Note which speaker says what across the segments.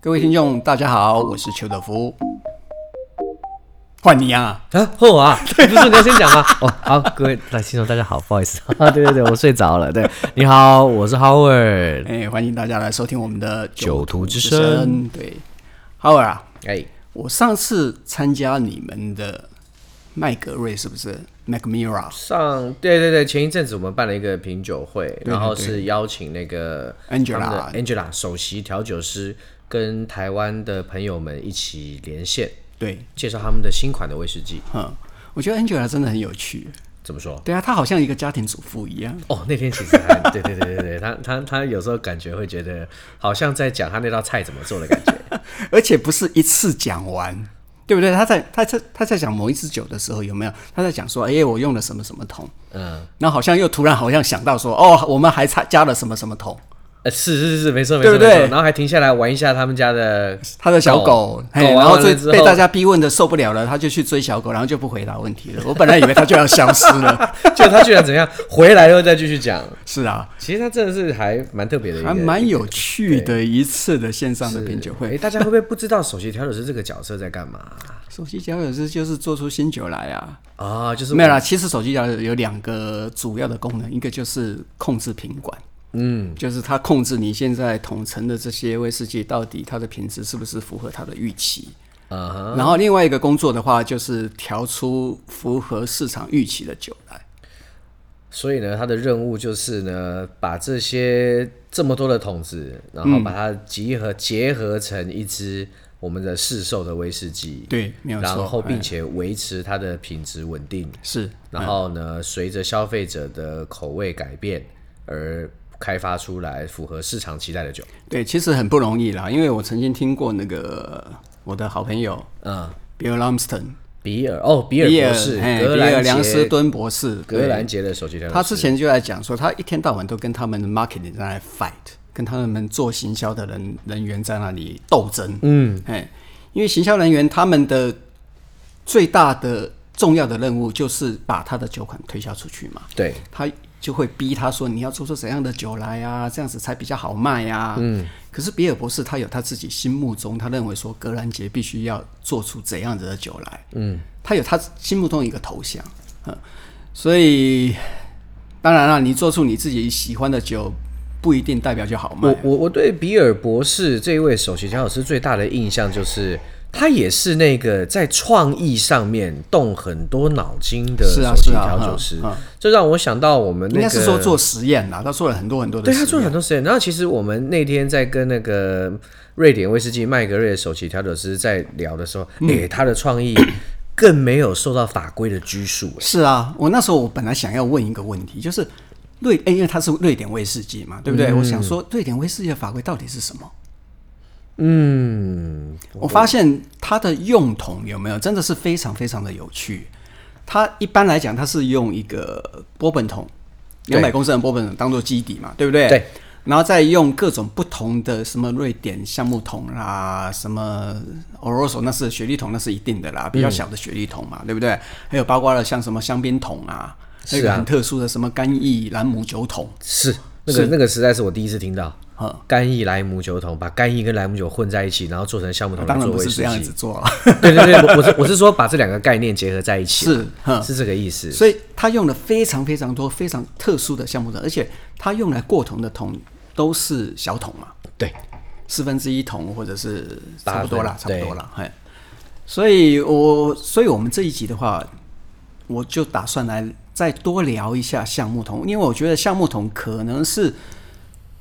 Speaker 1: 各位听众，大家好，我是邱德福。换你啊！
Speaker 2: 啊，后 啊，不是你要先讲吗？哦，好，各位来听众大家好，不好意思， 啊、对对对，我睡着了。对，你好，我是 Howard。
Speaker 1: 哎，欢迎大家来收听我们的《
Speaker 2: 九徒之
Speaker 1: 声
Speaker 2: 声》。
Speaker 1: 对，浩尔啊，
Speaker 2: 哎，
Speaker 1: 我上次参加你们的麦格瑞是不是 Mac Mira？
Speaker 2: 上对对对，前一阵子我们办了一个品酒会，
Speaker 1: 对
Speaker 2: 然后是邀请那个
Speaker 1: Angela
Speaker 2: 他们的 Angela 首席调酒师跟台湾的朋友们一起连线，
Speaker 1: 对，
Speaker 2: 介绍他们的新款的威士忌。
Speaker 1: 嗯，我觉得 Angela 真的很有趣。
Speaker 2: 怎么说？
Speaker 1: 对啊，她好像一个家庭主妇一样。
Speaker 2: 哦，那天其实还对对对对对，他他他有时候感觉会觉得好像在讲他那道菜怎么做的感觉。
Speaker 1: 而且不是一次讲完，对不对？他在他在他在讲某一支酒的时候，有没有他在讲说，哎、我用了什么什么桶，
Speaker 2: 嗯，
Speaker 1: 然后好像又突然好像想到说，哦，我们还差加了什么什么桶，
Speaker 2: 呃，是是是，没错没
Speaker 1: 对
Speaker 2: 错
Speaker 1: 不
Speaker 2: 没
Speaker 1: 对
Speaker 2: 错，然后还停下来玩一下他们家的
Speaker 1: 他的小狗，嘿
Speaker 2: 狗
Speaker 1: 然
Speaker 2: 玩
Speaker 1: 后
Speaker 2: 完
Speaker 1: 这
Speaker 2: 了之
Speaker 1: 被大
Speaker 2: 后，
Speaker 1: 家逼问的受不了了，他就去追小狗，然后就不回答问题了。我本来以为他就要消失了，
Speaker 2: 就他居然怎样，回来又再继续讲。
Speaker 1: 是 啊，
Speaker 2: 其实他真的是还蛮特别的一个，
Speaker 1: 还蛮有趣的一次的线上的品酒
Speaker 2: 哎，
Speaker 1: 会。
Speaker 2: 大家会不会不知道首席调酒师这个角色在干嘛
Speaker 1: 首席调酒师就是做出新酒来啊，
Speaker 2: 啊？就是
Speaker 1: 没有啦。其实手机调酒有两个主要的功能，一个就是控制品管。
Speaker 2: 嗯，
Speaker 1: 就是它控制你现在统称的这些威士忌到底它的品质是不是符合它的预期。
Speaker 2: 啊哈，
Speaker 1: 然后另外一个工作的话，就是调出符合市场预期的酒来。
Speaker 2: 所以呢，他的任务就是呢，把这些这么多的桶子，然后把它集合、结合成一支我们的市售的威士忌，
Speaker 1: 对，没有
Speaker 2: 然后
Speaker 1: 错，
Speaker 2: 并且维持它的品质稳定。
Speaker 1: 是
Speaker 2: 然后呢，随着消费者的口味改变而开发出来符合市场期待的酒。
Speaker 1: 对，其实很不容易啦，因为我曾经听过那个我的好朋友
Speaker 2: 嗯，
Speaker 1: Bill Lumsden，
Speaker 2: 比尔哦，比尔博士，
Speaker 1: 嘿
Speaker 2: 格
Speaker 1: 比尔
Speaker 2: 兰
Speaker 1: 梁斯
Speaker 2: 杰，
Speaker 1: 敦博士，
Speaker 2: 格
Speaker 1: 对
Speaker 2: 兰杰的首席调酒
Speaker 1: 他
Speaker 2: 师，
Speaker 1: 之前就在讲说，他一天到晚都跟他们的 marketing 在那里 fight，跟他们做行销的人人员在那里斗争。嗯，哎，因为行销人员他们的最大的重要的任务就是把他的酒款推销出去嘛，
Speaker 2: 对
Speaker 1: 他就会逼他说你要做出怎样的酒来啊，这样子才比较好卖啊。嗯，可是比尔博士他有他自己心目中，他认为说格兰杰必须要做出怎样子的酒来。嗯，他有他心目中一个头像，嗯，所以当然了，你做出你自己喜欢的酒，不一定代表就好卖
Speaker 2: 我。我我对比尔博士这一位首席调酒师最大的印象就是，他也是那个在创意上面动很多脑筋的
Speaker 1: 是啊
Speaker 2: 首席
Speaker 1: 是啊
Speaker 2: 调
Speaker 1: 嗯
Speaker 2: 酒师
Speaker 1: 嗯，
Speaker 2: 这让我想到我们
Speaker 1: 应
Speaker 2: 那
Speaker 1: 该
Speaker 2: 个
Speaker 1: 是说做实验啦，他做了很多很多的
Speaker 2: 对
Speaker 1: 实
Speaker 2: 他做了
Speaker 1: 验。
Speaker 2: 很多实验。然后其实我们那天在跟那个瑞典威士忌麦格瑞的首席调酒师在聊的时候，
Speaker 1: 嗯
Speaker 2: 诶、他的 创意更没有受到法规的拘束。
Speaker 1: 是啊，我那时候我本来想要问一个问题，就是瑞，诶因为它是瑞典威士忌嘛，对不对？我想说瑞典威士忌的法规到底是什么？
Speaker 2: 嗯，
Speaker 1: 我发现它的用桶有没有真的是非常非常的有趣。它一般来讲，它是用一个波本桶，
Speaker 2: 对
Speaker 1: 两百公升的波本桶当做基底嘛，对不对？
Speaker 2: 对。
Speaker 1: 然后再用各种不同的什么瑞典橡木桶啦，什么 Oroso 那是雪莉桶，那是一定的
Speaker 2: 嗯
Speaker 1: 啦，比较小的雪莉桶嘛，对不对？还有包括了像什么香槟桶啊，那
Speaker 2: 是
Speaker 1: 个
Speaker 2: 啊
Speaker 1: 很特殊的什么干邑兰姆酒桶，
Speaker 2: 是那个那个实在是我第一次听到
Speaker 1: 嗯。
Speaker 2: 干邑莱姆酒桶，把干邑跟莱姆酒混在一起，然后做成橡木桶
Speaker 1: 当
Speaker 2: 来
Speaker 1: 然
Speaker 2: 做
Speaker 1: 不
Speaker 2: 威
Speaker 1: 是
Speaker 2: 士
Speaker 1: 这样子
Speaker 2: 忌。
Speaker 1: 做了，啊
Speaker 2: 对对对，我我是我是说把这两个概念结合在一起
Speaker 1: 是
Speaker 2: 啦，
Speaker 1: 哼。
Speaker 2: 是这个意思。
Speaker 1: 所以他用了非常非常多非常特殊的橡木桶，而且他用来过桶的桶都是小桶嘛，
Speaker 2: 对，
Speaker 1: 四分之一桶或者是
Speaker 2: 八
Speaker 1: 差不多啦，差
Speaker 2: 分
Speaker 1: 不多啦，嘿。所以我，所以我们这一集的话，我就打算来再多聊一下橡木桶，因为我觉得橡木桶可能是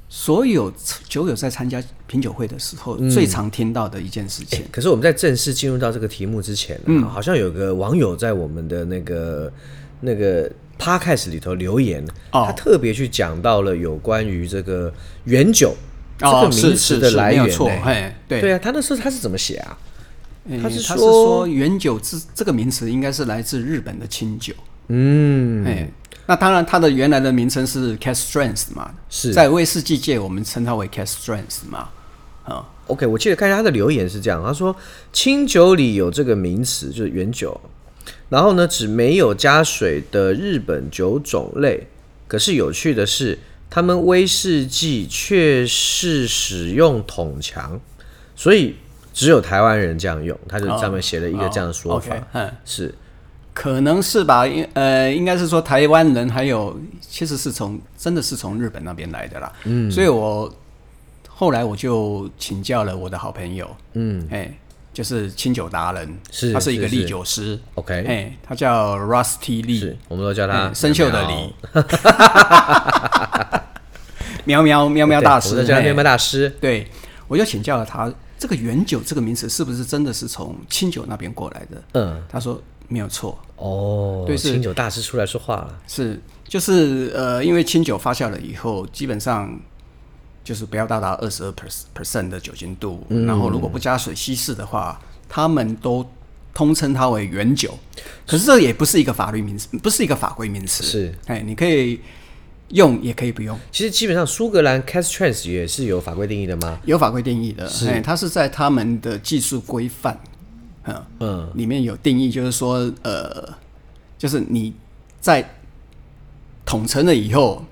Speaker 1: 所有酒友在参加品酒会的时候
Speaker 2: 嗯
Speaker 1: 最常听到的一件事情。
Speaker 2: 可是我们在正式进入到这个题目之前、啊，
Speaker 1: 嗯
Speaker 2: 好像有个网友在我们的那个那个 podcast 里头留言，
Speaker 1: 哦
Speaker 2: 他特别去讲到了有关于这个原酒、
Speaker 1: 哦，
Speaker 2: 这个
Speaker 1: 是
Speaker 2: 名词
Speaker 1: 是
Speaker 2: 的
Speaker 1: 是
Speaker 2: 来
Speaker 1: 没
Speaker 2: 源、
Speaker 1: 有错，
Speaker 2: 欸。
Speaker 1: 嘿，对，
Speaker 2: 对啊，他那时候他是怎么写啊？
Speaker 1: 诶
Speaker 2: 他
Speaker 1: 他
Speaker 2: 是
Speaker 1: 是
Speaker 2: 说
Speaker 1: 说原酒这这个名词应该是来自日本的清酒。嗯，哎，那当然，它的原来的名称是 Cask Strength 嘛，
Speaker 2: 是
Speaker 1: 在威士忌界我们称它为 Cask Strength 嘛。啊，
Speaker 2: OK，我记得看一下他的留言是这样，他说清酒里有这个名词，就是原酒，然后呢，只没有加水的日本酒种类。可是有趣的是，他们威士忌却是使用桶强，所以只有台湾人这样用，他就上面写了一个这样的说
Speaker 1: 哦
Speaker 2: 法
Speaker 1: ，OK，嗯，
Speaker 2: 是
Speaker 1: 可能是吧，因呃，应该是说台湾人还有其实是从真的是从日本那边来的啦，嗯，所以我后来我就请教了我的好朋友，嗯，哎、就是清酒达人，
Speaker 2: 是
Speaker 1: 他是一个
Speaker 2: 是是
Speaker 1: 利酒师
Speaker 2: OK
Speaker 1: 哎、他叫 Rusty
Speaker 2: 是
Speaker 1: Lee，，
Speaker 2: 我们都叫他
Speaker 1: 哎生锈的
Speaker 2: 喵
Speaker 1: 梨， 喵喵喵喵
Speaker 2: 对
Speaker 1: 大
Speaker 2: 我
Speaker 1: 师，
Speaker 2: 们都叫他
Speaker 1: 哎
Speaker 2: 喵喵大师，
Speaker 1: 对，我就请教了他，这个原酒这个名词是不是真的是从清酒那边过来的？
Speaker 2: 嗯，
Speaker 1: 他说没有错，
Speaker 2: 哦，
Speaker 1: 对是
Speaker 2: 清酒大师出来说话了，
Speaker 1: 是就是呃，因为清酒发酵了以后，基本上就是不要到达二十二 percent 的酒精度，
Speaker 2: 嗯
Speaker 1: 然后如果不加水稀释的话，他们都通称它为原酒。可是这也不是一个法律名词，不是一个法规名词，
Speaker 2: 是
Speaker 1: 哎，你可以用也可以不用。
Speaker 2: 其实基本上苏格兰 Cas Trans 也是有法规定义的吗？
Speaker 1: 有法规定义的，哎，它是在他们的技术规范，嗯
Speaker 2: 嗯，
Speaker 1: 里面有定义，就是说，呃，就是你在统成了以后，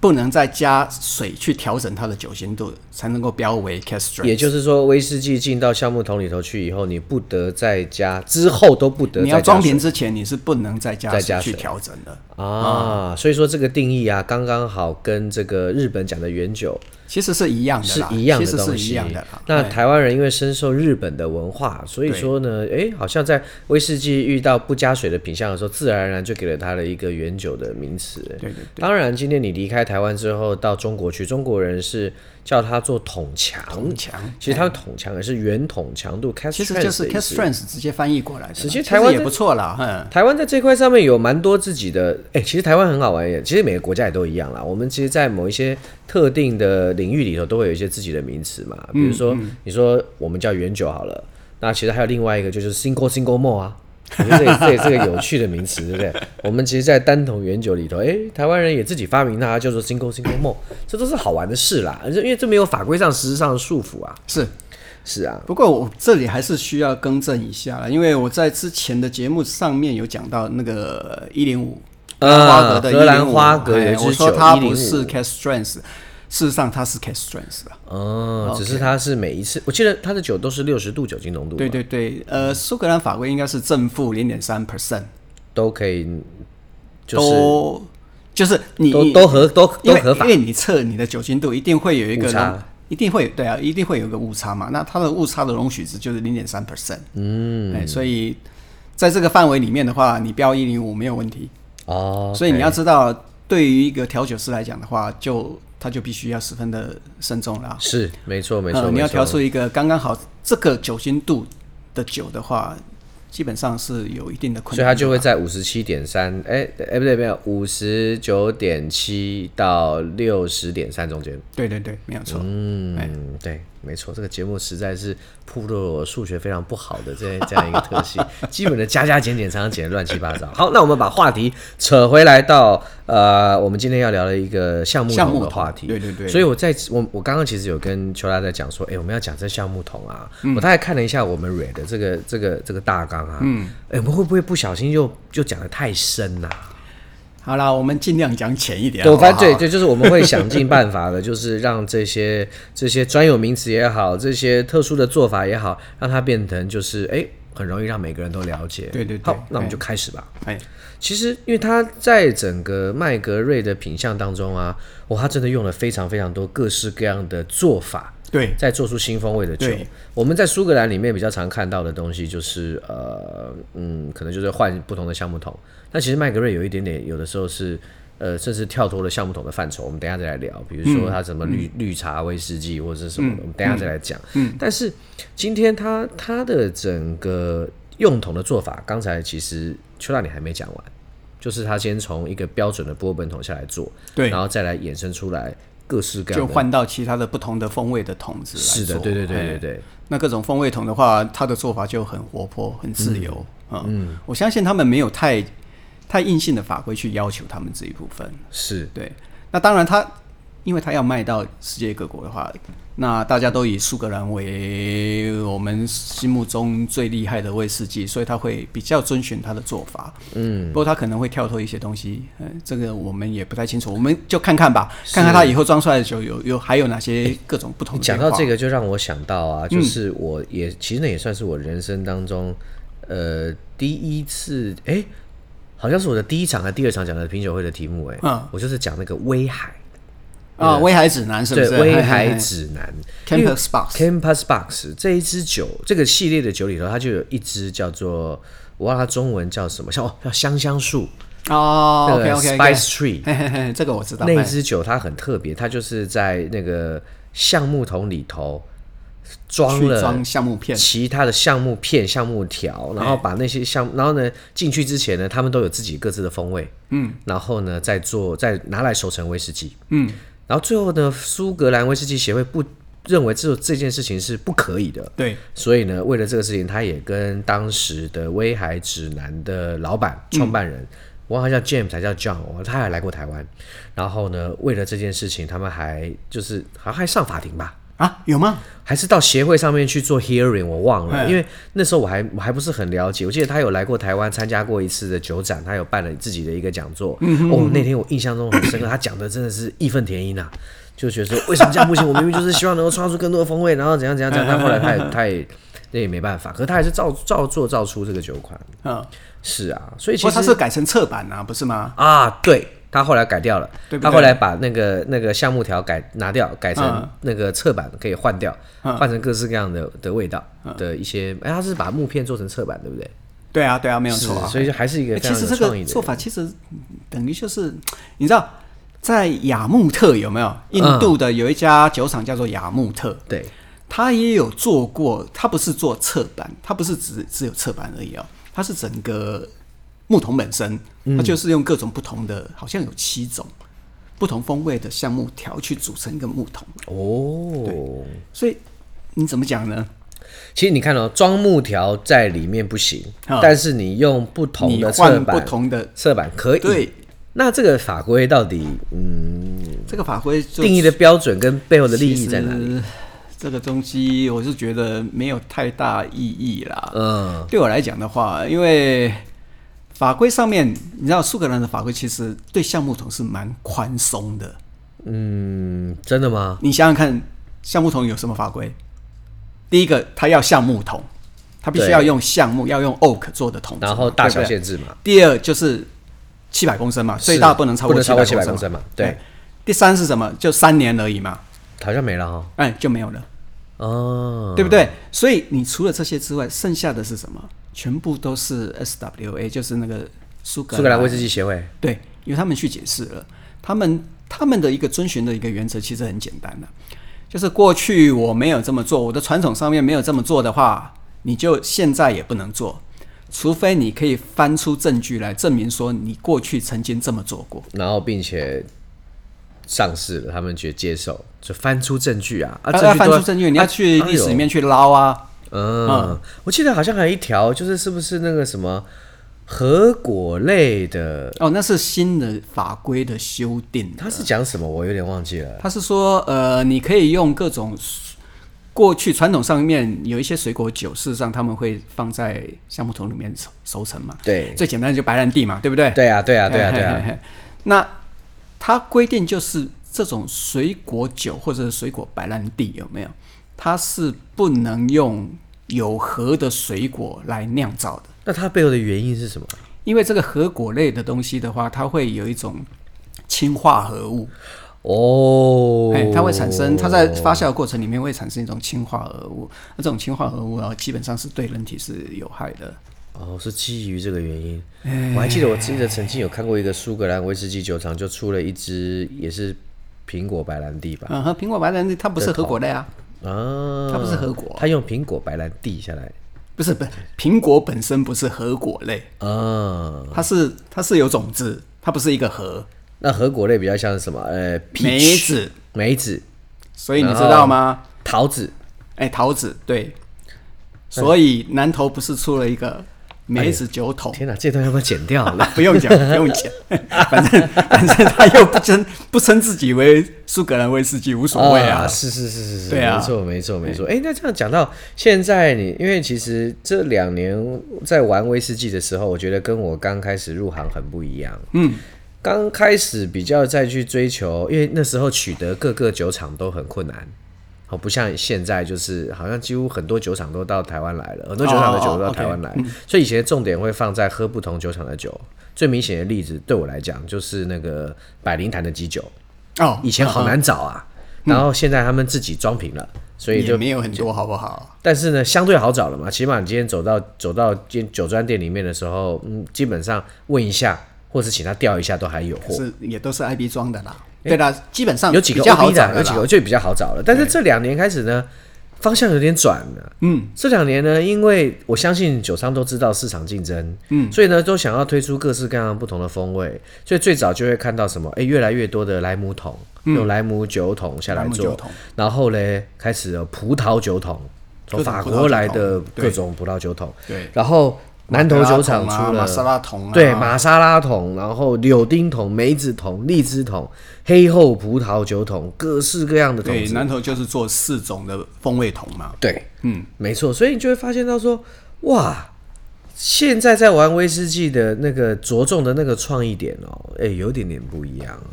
Speaker 1: 不能再加水去调整它的酒精度，才能够标为 cast strength。
Speaker 2: 也就是说，威士忌进到橡木桶里头去以后，你不得再加，之后都不得再加
Speaker 1: 你要装
Speaker 2: 水
Speaker 1: 瓶之前，你是不能再加
Speaker 2: 再加
Speaker 1: 去
Speaker 2: 水
Speaker 1: 调整的。
Speaker 2: 啊。所以说这个定义啊，刚刚好跟这个日本讲的原酒
Speaker 1: 其实是一样的
Speaker 2: 是
Speaker 1: 啦，
Speaker 2: 一样
Speaker 1: 其
Speaker 2: 的
Speaker 1: 实
Speaker 2: 东
Speaker 1: 是一
Speaker 2: 西
Speaker 1: 样的啦。。
Speaker 2: 那台湾人因为深受日本的文化，所以说呢，诶，好像在威士忌遇到不加水的品相的时候，自然而然就给了它的一个原酒的名词。
Speaker 1: 对对
Speaker 2: 当然，今天你离开台湾之后到中国去，中国人是叫它做桶啊强，
Speaker 1: 很强，
Speaker 2: 其实他们桶强也是原桶强度 cast，
Speaker 1: 嗯其实就是
Speaker 2: strength 的意
Speaker 1: cast
Speaker 2: 思
Speaker 1: strength 直接翻译过来的啦，
Speaker 2: 实
Speaker 1: 其
Speaker 2: 际
Speaker 1: 实
Speaker 2: 台湾
Speaker 1: 也
Speaker 2: 在
Speaker 1: 不错啦，嗯。
Speaker 2: 台湾在这块上面有蛮多自己的，哎、其实台湾很好玩耶。其实每个国家也都一样啦。我们其实，在某一些特定的领域里头，都会有一些自己的名词嘛。
Speaker 1: 嗯
Speaker 2: 比如说，你说我们叫原酒好了，那其实还有另外一个就是 single single more 啊。我觉得这也这也是个有趣的名词，对不 对？我们其实，在单桶原酒里头，哎、台湾人也自己发明它，叫做 single single more，这都是好玩的事啦。而且因为这没有法规上、实质上的束缚啊。
Speaker 1: 是，
Speaker 2: 是啊，
Speaker 1: 不过我这里还是需要更正一下了，因为我在之前的节目上面有讲到那个一零五，
Speaker 2: 呃
Speaker 1: 花格的
Speaker 2: 荷兰
Speaker 1: 105
Speaker 2: 花格有
Speaker 1: 哎
Speaker 2: 一支
Speaker 1: 我说
Speaker 2: 酒
Speaker 1: 它不是
Speaker 2: 105
Speaker 1: Cast Strength，事实上它是 Cast Strength 啊。
Speaker 2: 哦，只是它是每一次，我记得它的酒都是六十度酒精浓度嘛。
Speaker 1: 对对对，呃，苏格兰法规应该是正负零点三 percent，
Speaker 2: 都可以，就是
Speaker 1: 都就是你
Speaker 2: 都都合都
Speaker 1: 因
Speaker 2: 都
Speaker 1: 为
Speaker 2: 合法
Speaker 1: 因为你测你的酒精度一定会有一个
Speaker 2: 误差
Speaker 1: 容一定会有对啊，一定会有一个误差嘛。那它的误差的容许值就是零点三 percent，嗯，哎，所以在这个范围里面的话，你标一零五没有问题。
Speaker 2: 哦。
Speaker 1: 所以你要知道，对于一个调酒师来讲的话，就他就必须要十分的慎重啦。
Speaker 2: 是没错没
Speaker 1: 呃
Speaker 2: 错，
Speaker 1: 你要
Speaker 2: 没
Speaker 1: 调
Speaker 2: 错。
Speaker 1: 出一个刚刚好这个酒精度的酒的话，基本上是有一定的困难的。
Speaker 2: 所以它就会在五十七点三，哎哎不对，没有五十九点七到六十点三中间。
Speaker 1: 对对对，没有错。哎
Speaker 2: 嗯，对，没错，这个节目实在是暴露了我数学非常不好的这这样 一个特性，基本的加加减减常常减得乱七八糟。好，那我们把话题扯回来到呃，我们今天要聊的一个项目
Speaker 1: 橡木
Speaker 2: 桶的
Speaker 1: 桶
Speaker 2: 话题。
Speaker 1: 对对对
Speaker 2: 所以我在我我刚刚其实有跟邱拉在讲说，哎、我们要讲这橡木桶啊，我大概看了一下我们蕊的这个这个这个大纲啊，嗯，哎、我们会不会不小心就就讲的太深呐、啊
Speaker 1: 好啦，我们尽量讲浅一点好
Speaker 2: 对，
Speaker 1: 不好。
Speaker 2: 反正对对，就是我们会想尽办法的，就是让这些这些专有名词也好，这些特殊的做法也好，让它变成就是哎，很容易让每个人都了解。
Speaker 1: 对对对
Speaker 2: 好，那我们就开始吧。
Speaker 1: 哎，
Speaker 2: 其实，因为它在整个麦格瑞的品相当中啊，哇，它真的用了非常非常多各式各样的做法，
Speaker 1: 对，
Speaker 2: 在做出新风味的酒
Speaker 1: 对。
Speaker 2: 我们在苏格兰里面比较常看到的东西就是呃嗯，可能就是换不同的橡木桶。那其实麦格瑞有一点点，有的时候是呃，甚至跳脱了橡木桶的范畴。我们等一下再来聊，比如说它什么绿、
Speaker 1: 嗯
Speaker 2: 绿茶威士忌或者是什么的，我们等一下再来讲。嗯，但是今天它它的整个用桶的做法，刚才其实邱大你还没讲完。就是它先从一个标准的波本桶下来做，
Speaker 1: 对
Speaker 2: 然后再来衍生出来各式各样
Speaker 1: 就
Speaker 2: 的，
Speaker 1: 换到其他的不同的风味的桶子来
Speaker 2: 是的，
Speaker 1: 做
Speaker 2: 对对对
Speaker 1: 哎
Speaker 2: 对对，
Speaker 1: 那各种风味桶的话，它的做法就很活泼、很自由啊。嗯，我相信他们没有太太硬性的法规去要求他们这一部分。
Speaker 2: 是。
Speaker 1: 对，那当然它因为它要卖到世界各国的话，那大家都以苏格兰为我们心目中最厉害的威士忌，所以它会比较遵循它的做法。嗯，不过它可能会跳脱一些东西，嗯、这个我们也不太清楚，我们就看看吧，看看它以后装出来的酒有有还有哪些各种不同的
Speaker 2: 讲
Speaker 1: 变化。
Speaker 2: 到这个，就让我想到
Speaker 1: 嗯
Speaker 2: 啊，就是我也、其实那也算是我人生当中，呃，第一次，哎、好像是我的第一场还是第二场讲的品酒会的题目、哎、
Speaker 1: 嗯
Speaker 2: 我就是讲那个威海，
Speaker 1: 啊，威海指南是不
Speaker 2: 对，
Speaker 1: 是？
Speaker 2: 威海指南
Speaker 1: c a m p u s Box。
Speaker 2: Campus Box 这一支酒，这个系列的酒里头，它就有一支叫做，我忘了它中文叫什么，像哦叫香香树，
Speaker 1: 哦哎
Speaker 2: 那
Speaker 1: ，OK
Speaker 2: 个
Speaker 1: OK
Speaker 2: Spice Tree，
Speaker 1: 嘿嘿嘿，这个我知道。
Speaker 2: 那
Speaker 1: 嘿
Speaker 2: 一支酒它很特别，它就是在那个橡木桶里头装
Speaker 1: 去
Speaker 2: 了
Speaker 1: 装橡木片，
Speaker 2: 其他的橡木片、橡木条，然后把那些橡，然后呢进去之前呢，他们都有自己各自的风味，嗯，然后呢再做再拿来熟成威士忌，嗯，然后最后呢，苏格兰威士忌协会不认为这这件事情是不可以的，
Speaker 1: 对，
Speaker 2: 所以呢，为了这个事情，他也跟当时的威海指南的老板、创办人，我好像叫 James 还叫 John，我他还来过台湾。然后呢，为了这件事情，他们还就是好像还上法庭吧，
Speaker 1: 啊，有吗？
Speaker 2: 还是到协会上面去做 hearing，我忘
Speaker 1: 哎
Speaker 2: 了，因为那时候我还我还不是很了解。我记得他有来过台湾参加过一次的酒展，他有办了自己的一个讲座。
Speaker 1: 嗯
Speaker 2: 哦，那天我印象中很深刻，他讲的真的是义愤填膺啊，就觉得说为什么这样不行？我明明就是希望能够创造出更多的风味，然后怎样怎样怎样。但后来他 也他也那也没办法，可是他还是照照做照出这个酒款。
Speaker 1: 嗯，
Speaker 2: 是啊，所以
Speaker 1: 不
Speaker 2: 其
Speaker 1: 过
Speaker 2: 实
Speaker 1: 它是改成侧版啊，不是吗？
Speaker 2: 啊，对。他后来改掉了，
Speaker 1: 对不对
Speaker 2: 他后来把那个那个橡木条改拿掉，改成
Speaker 1: 嗯
Speaker 2: 那个侧板可以换掉，换成各式各样的的味道
Speaker 1: 嗯
Speaker 2: 的一些。哎，他是把木片做成侧板，对不对？
Speaker 1: 对啊，对啊，没有错
Speaker 2: 是
Speaker 1: 啊。
Speaker 2: 所以就还是一个
Speaker 1: 欸其
Speaker 2: 非常
Speaker 1: 实
Speaker 2: 有
Speaker 1: 这
Speaker 2: 创
Speaker 1: 个
Speaker 2: 意的
Speaker 1: 做。法其实等于就是，你知道，在雅穆特有没有？印
Speaker 2: 嗯
Speaker 1: 度的有一家酒厂叫做雅穆特，
Speaker 2: 对，
Speaker 1: 它也有做过，它不是做侧板，它不是只只有侧板而已哦，它是整个木桶本身，
Speaker 2: 嗯
Speaker 1: 它就是用各种不同的，好像有七种不同风味的橡木条去组成一个木桶，
Speaker 2: 哦，
Speaker 1: 所以你怎么讲呢？
Speaker 2: 其实你看哦，装木条在里面不行，
Speaker 1: 嗯
Speaker 2: 但是你用不同
Speaker 1: 你
Speaker 2: 的侧
Speaker 1: 换不
Speaker 2: 板，嗯
Speaker 1: 同的，
Speaker 2: 侧板可以。
Speaker 1: 对，
Speaker 2: 那这个法规到底嗯
Speaker 1: 这个法规就
Speaker 2: 定义的标准跟背后的利益在哪里？
Speaker 1: 里？这个东西我是觉得没有太大意义啦。
Speaker 2: 嗯，
Speaker 1: 对我来讲的话，因为法规上面，你知道苏格兰的法规其实对橡木桶是蛮宽松的。
Speaker 2: 嗯真的吗？
Speaker 1: 你想想看，橡木桶有什么法规？第一个，它要橡木桶，它必须
Speaker 2: 对
Speaker 1: 要用橡木，要用 oak 做的桶子嘛，
Speaker 2: 然后大小
Speaker 1: 对不对
Speaker 2: 限制嘛。
Speaker 1: 第二就是七百公升嘛，最大不能超
Speaker 2: 不
Speaker 1: 过
Speaker 2: 能超过
Speaker 1: 700
Speaker 2: 700公升嘛对
Speaker 1: 哎第三是什么？就三年而已嘛，
Speaker 2: 好像没了哈、
Speaker 1: 哎，就没有了。
Speaker 2: 哦。
Speaker 1: 对不对？所以你除了这些之外，剩下的是什么？全部都是 SWA，就是那个苏格
Speaker 2: 苏格兰威士忌协会，
Speaker 1: 对，因为他们去解释了，他们他们的一个遵循的一个原则其实很简单的、就是过去我没有这么做，我的传统上面没有这么做的话，你就现在也不能做，除非你可以翻出证据来证明说你过去曾经这么做过。
Speaker 2: 然后并且上市了，他们觉得接受，就翻出证据啊，啊，
Speaker 1: 要
Speaker 2: 证
Speaker 1: 要
Speaker 2: 据
Speaker 1: 翻
Speaker 2: 都
Speaker 1: 出证据，你要去历史里。面去捞啊。
Speaker 2: 哎呦嗯，我记得好像还有一条，就是是不是那个什么核果类的，
Speaker 1: 哦，那是新的法规的修订。
Speaker 2: 它是讲什么？我有点忘记了。
Speaker 1: 他是说，呃，你可以用各种过去传统上面有一些水果酒，事实上他们会放在橡木桶里面熟熟成嘛。
Speaker 2: 对，
Speaker 1: 最简单的就白兰地嘛，对不对？
Speaker 2: 对啊，对啊，对啊，
Speaker 1: 嘿
Speaker 2: 对。
Speaker 1: 嘿
Speaker 2: 啊，
Speaker 1: 嘿嘿那它规定就是这种水果酒或者是水果白兰地有没有？它是不能用有核的水果来酿造的。
Speaker 2: 那它背后的原因是什么？
Speaker 1: 因为这个核果类的东西的话，它会有一种氢化合物，
Speaker 2: 哦
Speaker 1: 哎，，它会产生，它在发酵的过程里面会产生一种氢化合物，那这种氢化合物啊，基本上是对人体是有害的。
Speaker 2: 哦，是基于这个原因。
Speaker 1: 哎
Speaker 2: 我还记得我记得曾经有看过一个苏格兰威士忌酒厂就出了一支也是苹果白兰地吧，
Speaker 1: 嗯，和苹果白兰地它不是核果类啊，
Speaker 2: 啊，
Speaker 1: 它不是核果
Speaker 2: 它用苹果白兰地下来，
Speaker 1: 不是不是，苹果本身不是核果类，
Speaker 2: 啊，
Speaker 1: 它是它是有种子，它不是一个核
Speaker 2: 那核果类比较像是什么？呃，
Speaker 1: 梅
Speaker 2: peach，
Speaker 1: 子，
Speaker 2: 梅子、
Speaker 1: 所以你
Speaker 2: 然
Speaker 1: 知
Speaker 2: 后
Speaker 1: 道吗？
Speaker 2: 桃子，
Speaker 1: 哎哎，桃子对，所以南投不是出了一个每一只酒桶。啊
Speaker 2: 天哪，这段要不要剪掉了？
Speaker 1: 不用 讲，不用讲，反正反正他又不称不称自己为苏格兰威士忌，无所谓啊。
Speaker 2: 是是是是是，
Speaker 1: 对啊
Speaker 2: 没错没错没错。哎、那这样讲到现在你，因为其实这两年在玩威士忌的时候，我觉得跟我刚开始入行很不一样。嗯，刚开始比较再去追求，因为那时候取得各个酒厂都很困难。哦，不像现在，就是好像几乎很多酒厂都到台湾来了，很多酒厂的酒都
Speaker 1: 哦
Speaker 2: 到
Speaker 1: ，OK
Speaker 2: 台湾来，所以以前重点会放在喝不同酒厂的酒。最明显的例子对我来讲，就是那个百灵坛的基酒。
Speaker 1: 哦，
Speaker 2: 以前好难找啊，
Speaker 1: 嗯
Speaker 2: 然后现在他们自己装瓶了，所以
Speaker 1: 也
Speaker 2: 就
Speaker 1: 没有很多，好不好？
Speaker 2: 但是呢，相对好找了嘛。起码你今天走到走到今酒庄店里面的时候，嗯，基本上问一下，或是请他调一下，都还有货。
Speaker 1: 是也都是 IB 装的啦。对啦，基本上
Speaker 2: 有几个
Speaker 1: 比较好
Speaker 2: OB
Speaker 1: 找
Speaker 2: 的，啊
Speaker 1: 的
Speaker 2: 有几
Speaker 1: 啦
Speaker 2: 个就比较好找了。但是这两年开始呢，方向有点转了。
Speaker 1: 嗯，
Speaker 2: 这两年呢，因为我相信酒商都知道市场竞争，嗯，所以呢都想要推出各式各样不同的风味，所以最早就会看到什么，哎，越来越多的莱姆桶，
Speaker 1: 嗯
Speaker 2: 用莱姆酒桶下来
Speaker 1: 莱姆酒
Speaker 2: 做
Speaker 1: 桶，
Speaker 2: 然后嘞开始有葡萄酒桶，从
Speaker 1: 各种
Speaker 2: 法
Speaker 1: 葡萄酒
Speaker 2: 国来的
Speaker 1: 桶对
Speaker 2: 各种葡萄酒桶，
Speaker 1: 对，
Speaker 2: 然后南投酒厂
Speaker 1: 马拉
Speaker 2: 出
Speaker 1: 桶啊
Speaker 2: 了
Speaker 1: 马莎拉桶啊，
Speaker 2: 对，马莎拉桶，然后柳丁桶、梅子桶、荔枝桶、黑后葡萄酒桶，各式各样的桶
Speaker 1: 对，
Speaker 2: 子。
Speaker 1: 南头就是做四种的风味桶嘛。
Speaker 2: 对，
Speaker 1: 嗯，
Speaker 2: 没错。所以你就会发现到说，哇，现在在玩威士忌的那个着重的那个创意点哦，哎，有点点不一样啊。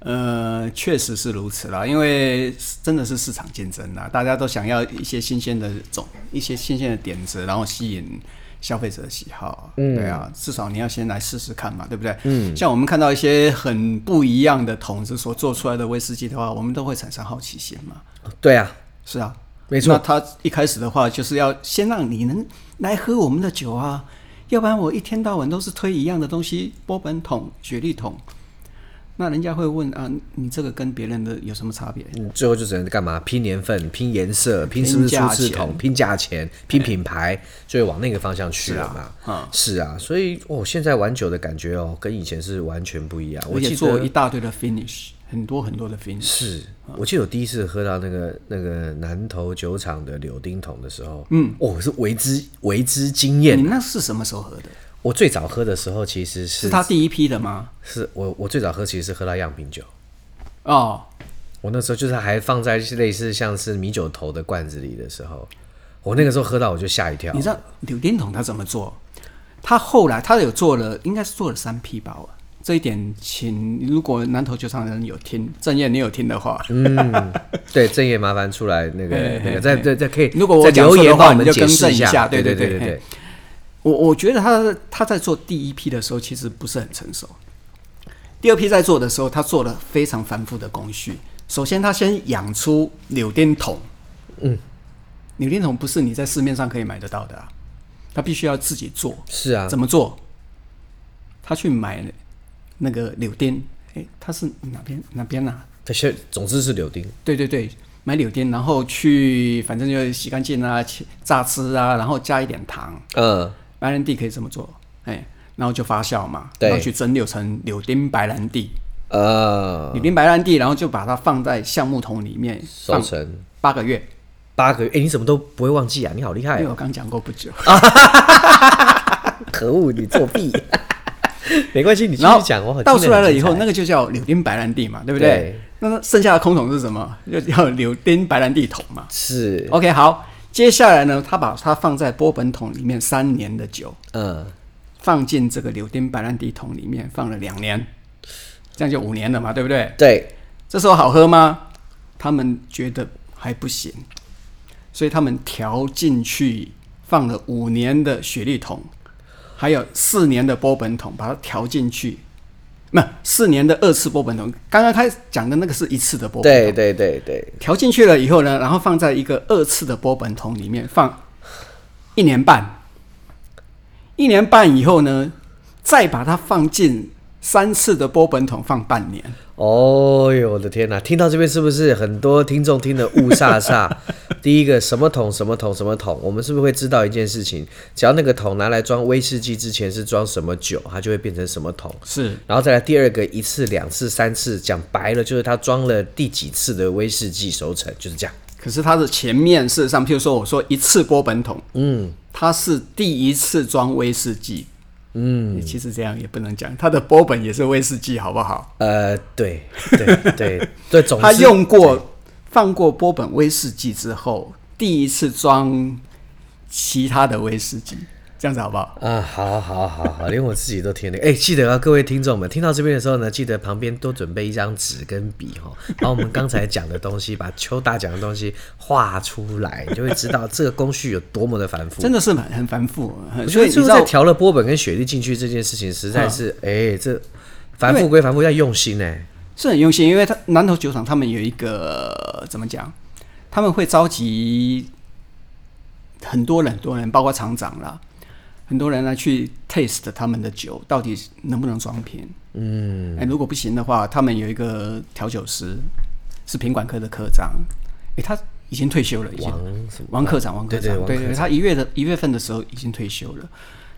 Speaker 1: 呃，确实是如此啦，因为真的是市场竞争啦，大家都想要一些新鲜的种，一些新鲜的点子，然后吸引消费者的喜好。嗯，对啊，至少你要先来试试看嘛，对不对？嗯，像我们看到一些很不一样的桶子所做出来的威士忌的话，我们都会产生好奇心嘛。
Speaker 2: 对啊，
Speaker 1: 是啊，
Speaker 2: 没错
Speaker 1: 那他一开始的话，就是要先让你能来喝我们的酒啊，要不然我一天到晚都是推一样的东西，波本桶、雪莉桶，那人家会问啊，你这个跟别人的有什么差别？
Speaker 2: 你嗯最后就只能干嘛？拼年份、拼颜色、拼是不是出
Speaker 1: 拼价
Speaker 2: 次
Speaker 1: 钱哎
Speaker 2: 桶、拼价钱、拼品牌，就会往那个方向去了嘛。
Speaker 1: 是啊
Speaker 2: 是啊，所以哦，现在玩酒的感觉哦，跟以前是完全不一样。我
Speaker 1: 而
Speaker 2: 记
Speaker 1: 且
Speaker 2: 得
Speaker 1: 做嗯一大堆的 finish，很多很多的 finish。
Speaker 2: 是我记得我第一次喝到那个那个南头酒厂的柳丁桶的时候，嗯，哦，我是为之为之惊艳
Speaker 1: 你。那是什么时候喝的？
Speaker 2: 我最早喝的时候其实是
Speaker 1: 是他第一批的吗？
Speaker 2: 是我我最早喝其实是喝到样品酒，
Speaker 1: 哦，
Speaker 2: 我那时候就是还放在类似像是米酒头的罐子里的时候，我那个时候喝到我就吓一跳
Speaker 1: 你。知道柳丁桶他怎么做？他后来他有做了，应该是做了三批吧。这一点，请如果南投酒厂的人有听，郑燕你有听的话，
Speaker 2: 对，正业麻烦出来那个
Speaker 1: 嘿嘿
Speaker 2: 那个，再再再可以，
Speaker 1: 如果我
Speaker 2: 再
Speaker 1: 讲
Speaker 2: 留
Speaker 1: 错的
Speaker 2: 言
Speaker 1: 话
Speaker 2: 帮我
Speaker 1: 你
Speaker 2: 们
Speaker 1: 就
Speaker 2: 解释
Speaker 1: 更正一下
Speaker 2: 下，
Speaker 1: 对
Speaker 2: 对
Speaker 1: 对
Speaker 2: 对
Speaker 1: 对嘿我我觉得他他在做第一批的时候，其实不是很成熟。第二批在做的时候，他做了非常繁复的工序。首先，他先养出柳丁桶，嗯，柳丁桶不是你在市面上可以买得到的、啊，他必须要自己做。
Speaker 2: 是啊，
Speaker 1: 怎么做？他去买那个柳丁，诶，他是哪边哪边啊？
Speaker 2: 这些总之是柳丁，
Speaker 1: 对对对，买柳丁，然后去反正就洗干净啊，切榨汁啊，然后加一点糖，
Speaker 2: 嗯，
Speaker 1: 白兰地可以这么做，哎，然后就发酵嘛，
Speaker 2: 对
Speaker 1: 然后去蒸馏成柳丁白兰地，
Speaker 2: 呃，
Speaker 1: 柳丁白兰地，然后就把它放在橡木桶里面
Speaker 2: 收
Speaker 1: 放
Speaker 2: 成。
Speaker 1: 八个月，
Speaker 2: 八个月，哎、你怎么都不会忘记啊？你好厉害
Speaker 1: 因为
Speaker 2: 哦、
Speaker 1: 我刚讲过不久，
Speaker 2: 可恶，你作 弊！没关系，你继
Speaker 1: 然后
Speaker 2: 续讲，我很
Speaker 1: 倒出来了以后，
Speaker 2: 听得
Speaker 1: 那个就叫柳丁白兰地嘛，对不
Speaker 2: 对
Speaker 1: 对？那剩下的空桶是什么？就叫柳丁白兰地桶嘛。
Speaker 2: 很精彩是，
Speaker 1: OK，好，接下来呢，他把它放在波本桶里面三年的酒，
Speaker 2: 嗯，
Speaker 1: 放进这个柳丁白兰地桶里面放了两年，这样就五年了嘛，对不对？
Speaker 2: 对，
Speaker 1: 这时候好喝吗？他们觉得还不行，所以他们调进去放了五年的雪莉桶，还有四年的波本桶，把它调进去。那四年的二次波本桶，刚刚他讲的那个是一次的波本桶
Speaker 2: 对，对对对，
Speaker 1: 调进去了以后呢，然后放在一个二次的波本桶里面放一年半，一年半以后呢，再把它放进三次的波本桶放半年。
Speaker 2: 哦哟，我的天哪！听到这边是不是很多听众听得雾 煞煞？第一个什么桶什么桶什么桶，我们是不是会知道一件事情？只要那个桶拿来装威士忌之前是装什么酒，它就会变成什么桶。
Speaker 1: 是
Speaker 2: 然后再来第二个，一次、两次、三次，讲白了就是它装了第几次的威士忌熟成，就是这样。
Speaker 1: 可是它的前面事实上，譬如说我说一次波本桶，嗯，它是第一次装威士忌，嗯，其实这样也不能讲，它的波本也是威士忌，好不好？
Speaker 2: 呃，对对对 对，总
Speaker 1: 它
Speaker 2: 之
Speaker 1: 用过放过波本威士忌之后，第一次装其他的威士忌，这样子好不好？
Speaker 2: 啊，好好好好，连我自己都听了。哎、记得啊，各位听众们，听到这边的时候呢，记得旁边多准备一张纸跟笔哈， 把我们刚才讲的东西，把邱大讲的东西画出来，你就会知道这个工序有多么的繁复。
Speaker 1: 真的是很很繁复，很
Speaker 2: 我觉
Speaker 1: 所以
Speaker 2: 得
Speaker 1: 你知
Speaker 2: 最后再
Speaker 1: 道啊
Speaker 2: 调了波本跟雪莉进去这件事情，实在是哎、这繁复归繁复，要用心哎、
Speaker 1: 是很用心，因为他南头酒厂他们有一个怎么讲，他们会召集很多人，很多人，包括厂长啦，很多人来去 taste 他们的酒到底能不能装瓶。嗯，哎、如果不行的话，他们有一个调酒师是品管科的科长，哎、他已经退休了，已经
Speaker 2: 王什么
Speaker 1: 王科长，王科
Speaker 2: 对对
Speaker 1: 长，
Speaker 2: 王
Speaker 1: 对
Speaker 2: 科
Speaker 1: 对，他一月的一月份的时候已经退休了，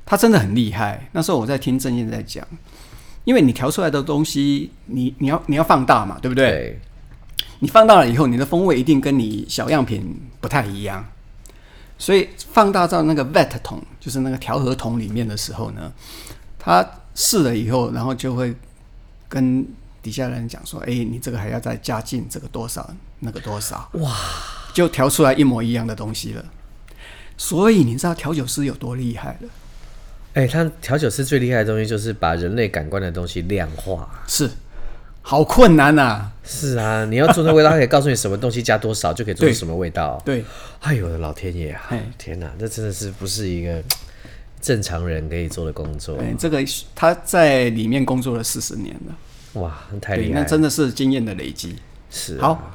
Speaker 1: 他真的很厉害。那时候我在听郑燕在讲，因为你调出来的东西，你你要你要放大嘛，对不对？
Speaker 2: 对，
Speaker 1: 你放大了以后，你的风味一定跟你小样品不太一样。所以放大到那个 vat 桶，就是那个调和桶里面的时候呢，他试了以后，然后就会跟底下人讲说：“哎、你这个还要再加进这个多少，那个多少。”哇，就调出来一模一样的东西了。所以你知道调酒师有多厉害了？
Speaker 2: 哎、他调酒师最厉害的东西就是把人类感官的东西量化。
Speaker 1: 是，好困难呐、
Speaker 2: 是啊，你要做那味道，他可以告诉你什么东西加多少，就可以做出
Speaker 1: 对
Speaker 2: 什么味道。
Speaker 1: 对，
Speaker 2: 哎呦，我的老天爷啊
Speaker 1: 嘿！
Speaker 2: 天哪，这真的是不是一个正常人可以做的工作？
Speaker 1: 对，这个他在里面工作了四十年了，
Speaker 2: 哇，太
Speaker 1: 对，
Speaker 2: 厉害
Speaker 1: 那
Speaker 2: 了！
Speaker 1: 真的是经验的累积。
Speaker 2: 是啊
Speaker 1: 好，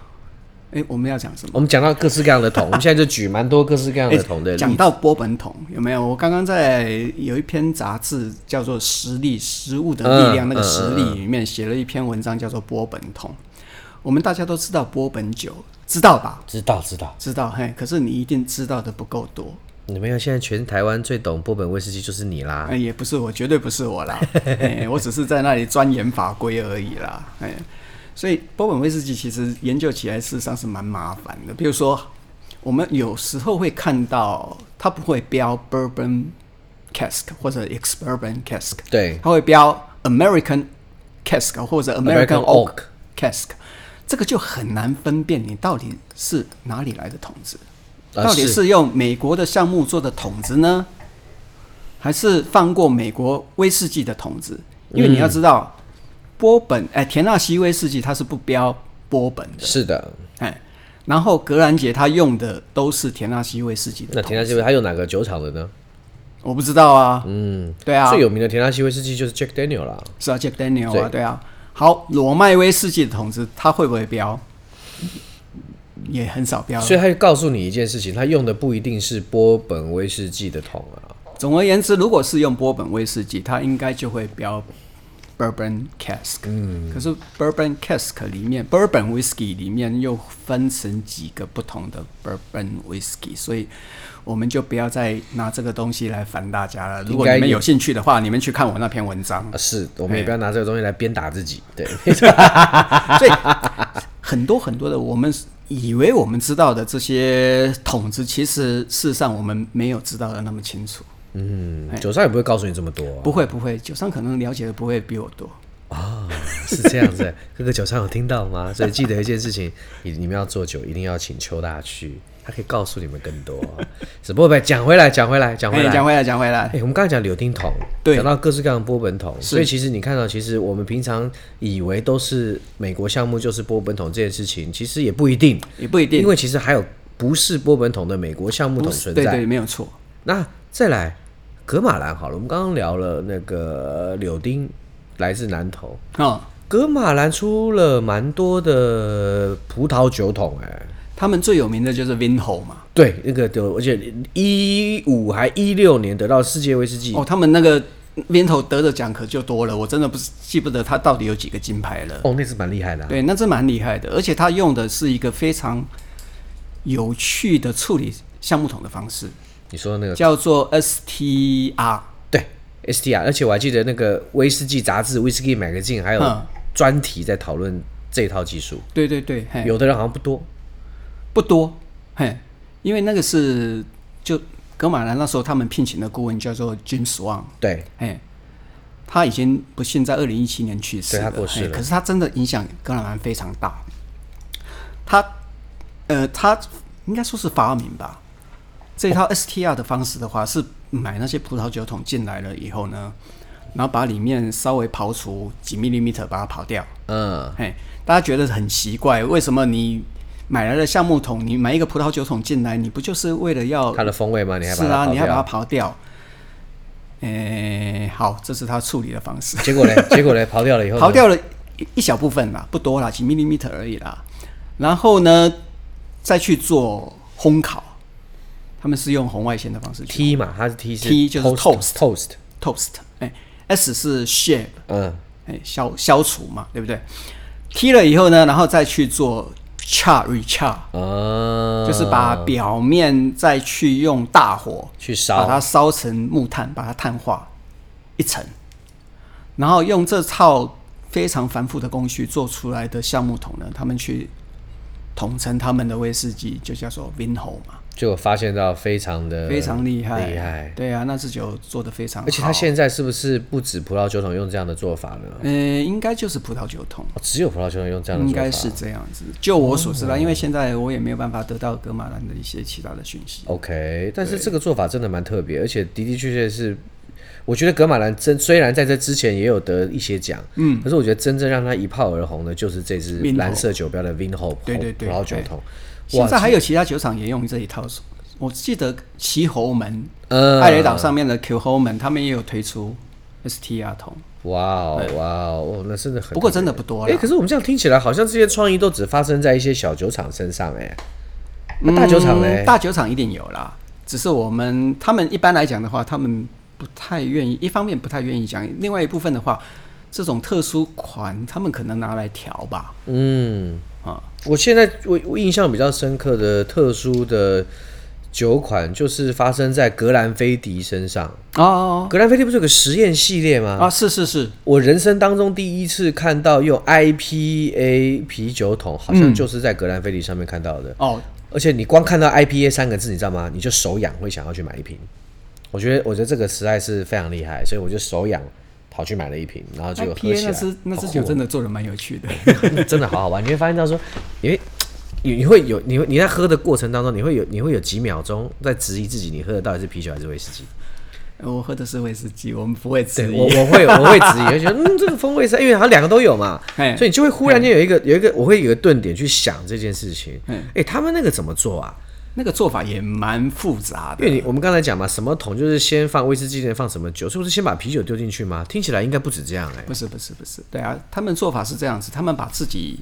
Speaker 1: 哎、我们要讲什么？
Speaker 2: 我们讲到各式各样的桶，我们 现在就举蛮多各式各样的桶的例
Speaker 1: 哎讲
Speaker 2: 子。
Speaker 1: 到波本桶有没有？我刚刚在有一篇杂志叫做《实力食物的力量》
Speaker 2: 嗯
Speaker 1: 那个实
Speaker 2: 嗯
Speaker 1: 力里面写了一篇文章，叫做波本桶。我们大家都知道波本酒，知道吧？
Speaker 2: 知道知道，
Speaker 1: 知道嘿，可是你一定知道的不够多。
Speaker 2: 你没有？现在全台湾最懂波本威士忌就是你啦。
Speaker 1: 哎，也不是我，绝对不是我 啦，哎，我只是在那里钻研法规而已啦，哎，所以波本威士忌其实研究起来事实上是蛮麻烦的。比如说，我们有时候会看到它不会标 bourbon cask 或者 ex bourbon cask，
Speaker 2: 对，
Speaker 1: 它会标 American cask 或者
Speaker 2: American
Speaker 1: American
Speaker 2: oak
Speaker 1: oak cask，这个就很难分辨你到底是哪里来的桶子，
Speaker 2: 啊
Speaker 1: 到底
Speaker 2: 是
Speaker 1: 是用美国的橡木做的桶子呢，还是放过美国威士忌的桶子？因为你要知道，波
Speaker 2: 嗯
Speaker 1: 本哎，田纳西威士忌它是不标波本的，
Speaker 2: 是的。
Speaker 1: 哎，然后格兰杰他用的都是田纳西威士忌的
Speaker 2: 那
Speaker 1: 桶，
Speaker 2: 田纳西威他用哪个酒厂的呢？
Speaker 1: 我不知道啊，嗯，对啊，
Speaker 2: 最有名的田纳西威士忌就是 Jack Daniel 啦。
Speaker 1: 是啊，Jack Daniel
Speaker 2: 对
Speaker 1: 啊，对啊。好，裸麦威士忌的桶子，它会不会标？也很少标。
Speaker 2: 所以他就告诉你一件事情，他用的不一定是波本威士忌的桶啊。
Speaker 1: 总而言之，如果是用波本威士忌，它应该就会标 Bourbon cask。嗯，可是 Bourbon cask 里面，Bourbon whisky 里面又分成几个不同的 Bourbon whisky，所以我们就不要再拿这个东西来烦大家了。如果
Speaker 2: 应该
Speaker 1: 你们
Speaker 2: 也
Speaker 1: 有兴趣的话，你们去看我那篇文 章
Speaker 2: 啊，。是我们也不要拿这个东西来鞭打自己。对，
Speaker 1: 所以很多很多的我们以为我们知道的这些统治，其实事实上我们没有知道的那么清楚。
Speaker 2: 嗯，酒商也不会告诉你这么多、啊。
Speaker 1: 哎不会不会，酒商可能了解的不会比我多。
Speaker 2: 啊、 是这样子。各个酒商有听到吗？所以记得一件事情，你你们要做酒，一定要请邱大去，他可以告诉你们更多、 啊。只不过呗，讲回来，讲回来，讲回
Speaker 1: 哎，
Speaker 2: 来，
Speaker 1: 讲回来讲回来，
Speaker 2: 哎、我们刚才讲柳丁桶，
Speaker 1: 对
Speaker 2: 讲到各式各样的波本桶，所以其实你看到，其实我们平常以为都是美国项目就是波本桶这件事情，其实也不一定，
Speaker 1: 也不一定
Speaker 2: 因为其实还有不是波本桶的美国橡木桶
Speaker 1: 不是
Speaker 2: 存在。
Speaker 1: 对对，没有错。
Speaker 2: 那再来格马兰好了，我们刚刚聊了那个柳丁来自南投，
Speaker 1: 哦，
Speaker 2: 格马兰出了蛮多的葡萄酒桶哎、
Speaker 1: 他们最有名的就是 Vinho 嘛。
Speaker 2: 对，那个就而且一五还一六年得到世界威士忌
Speaker 1: 哦，他们那个 Vinho 得的奖可就多了，我真的不是记不得他到底有几个金牌了。
Speaker 2: 哦，那是蛮厉害的、啊。
Speaker 1: 对，那这蛮厉害的，而且他用的是一个非常有趣的处理橡木桶的方式。
Speaker 2: 你说那个
Speaker 1: 叫做 STR，
Speaker 2: 对 STR，而且我还记得那个威士忌杂志《Whisky Magazine》还有
Speaker 1: 嗯
Speaker 2: 专题在讨论这套技术，
Speaker 1: 对对对，嘿，
Speaker 2: 有的人好像不多，
Speaker 1: 不多，嘿，因为那个是就格马兰那时候他们聘请的顾问叫做 James Wang，
Speaker 2: 对，
Speaker 1: 嘿，哎他已经不幸在二零一七年去世
Speaker 2: 对
Speaker 1: 了，
Speaker 2: 他过世
Speaker 1: 嘿
Speaker 2: 了
Speaker 1: 可是他真的影响格马兰非常大，他呃他应该说是发明吧，这一套 STR 的方式的话，是买那些葡萄酒桶进来了以后呢，然后把里面稍微刨除几 m 米 m 把它刨掉。
Speaker 2: 嗯，
Speaker 1: 嘿，大家觉得很奇怪，为什么你买来的橡木桶，你买一个葡萄酒桶进来，你不就是为了要
Speaker 2: 它的风味吗？你还把
Speaker 1: 是啊，
Speaker 2: 它
Speaker 1: 你还把
Speaker 2: 刨
Speaker 1: 它刨掉？诶、好，这是他处理的方式
Speaker 2: 掉，，结果嘞，结果嘞，刨掉了以后 呢，
Speaker 1: 刨掉了一一小部分啦，不多啦，几 millimeter 而已啦。然后呢，再去做烘烤，他们是用红外线的方式去
Speaker 2: T 嘛，它是 T 是
Speaker 1: T 就是
Speaker 2: toast toast，
Speaker 1: toast，哎、s 是 shape，
Speaker 2: 嗯，
Speaker 1: 哎、消消除嘛，对不对？踢了以后呢，然后再去做 char rechar。
Speaker 2: 啊，
Speaker 1: 嗯就是把表面再去用大火
Speaker 2: 去
Speaker 1: 把
Speaker 2: 烧，
Speaker 1: 它烧成木炭，把它碳化一层，然后用这套非常繁复的工序做出来的橡木桶呢，他们去统称他们的威士忌，就叫做 Vinho 嘛，
Speaker 2: 结果发现到非常的
Speaker 1: 非常厉害，
Speaker 2: 厉害，
Speaker 1: 对啊，那支酒做的非常好，
Speaker 2: 而且它现在是不是不止葡萄酒桶用这样的做法呢？
Speaker 1: 呃，应该就是葡萄酒桶。
Speaker 2: 哦只有葡萄酒桶用这样的
Speaker 1: 应
Speaker 2: 做法，
Speaker 1: 该是这样子，就我所知啦，因为现在我也没有办法得到格马兰的一些其他的讯息。
Speaker 2: OK，但是这个做法真的蛮特别，而且的的确确是，我觉得格马兰真虽然在这之前也有得一些奖，嗯，可是我觉得真正让他一炮而红的，就是这支
Speaker 1: Vinho
Speaker 2: 蓝色酒标的 Vinho
Speaker 1: 对对对
Speaker 2: 葡萄酒桶，
Speaker 1: 现在还有其他酒厂也用这一套，我记得旗侯门、
Speaker 2: 嗯
Speaker 1: 艾雷岛上面的 Q 侯门，他们也有推出 STR 桶，
Speaker 2: 哇哦哇哦，哦那真的很
Speaker 1: 不过真的不多
Speaker 2: 哎、
Speaker 1: 了。
Speaker 2: 可是我们这样听起来，好像这些创意都只发生在一些小酒厂身上、哎，那大酒厂嘞
Speaker 1: 嗯？大酒厂一定有啦，只是我们他们一般来讲的话，他们不太愿意，一方面不太愿意讲，另外一部分的话，这种特殊款他们可能拿来调吧。
Speaker 2: 嗯，
Speaker 1: 啊
Speaker 2: 我现在我我印象比较深刻的特殊的酒款，就是发生在格兰菲迪身上。
Speaker 1: 哦
Speaker 2: 格兰菲迪不是有个实验系列吗？
Speaker 1: 啊，是是是，
Speaker 2: 我人生当中第一次看到用 IPA 啤酒桶，好像就是在格兰菲迪上面看到的。
Speaker 1: 哦，
Speaker 2: 而且你光看到 IPA 三个字，你知道吗？你就手痒，会想要去买一瓶。我觉得，我觉得这个实在是非常厉害，所以我就手痒跑去买了一瓶，然后就喝
Speaker 1: IPA
Speaker 2: 起
Speaker 1: 那
Speaker 2: 来。
Speaker 1: 支那支
Speaker 2: 好
Speaker 1: 酒
Speaker 2: 酷哦
Speaker 1: 真的做的蛮有趣的。
Speaker 2: 真的好好玩。你会发现到说，因为你你会有你会你在喝的过程当中，你会有你会有几秒钟在质疑自己，你喝的到底是啤酒还是威士忌？
Speaker 1: 我喝的是威士忌，我们不会质疑
Speaker 2: 我。我会我会质疑，我会觉得嗯，这个风味是，因为好像两个都有嘛，
Speaker 1: 嘿
Speaker 2: 所以你就会忽然间有一个有一个，我会有一个顿点去想这件事情。
Speaker 1: 嘿
Speaker 2: 哎、他们那个怎么做啊？
Speaker 1: 那个做法也蛮复杂
Speaker 2: 因
Speaker 1: 的。
Speaker 2: 为你我们刚才讲嘛，什么桶就是先放威士忌，先放什么酒，是不是先把啤酒丢进去吗？听起来应该不止这样哎、
Speaker 1: 不是不是不是，对啊，他们做法是这样子，他们把自己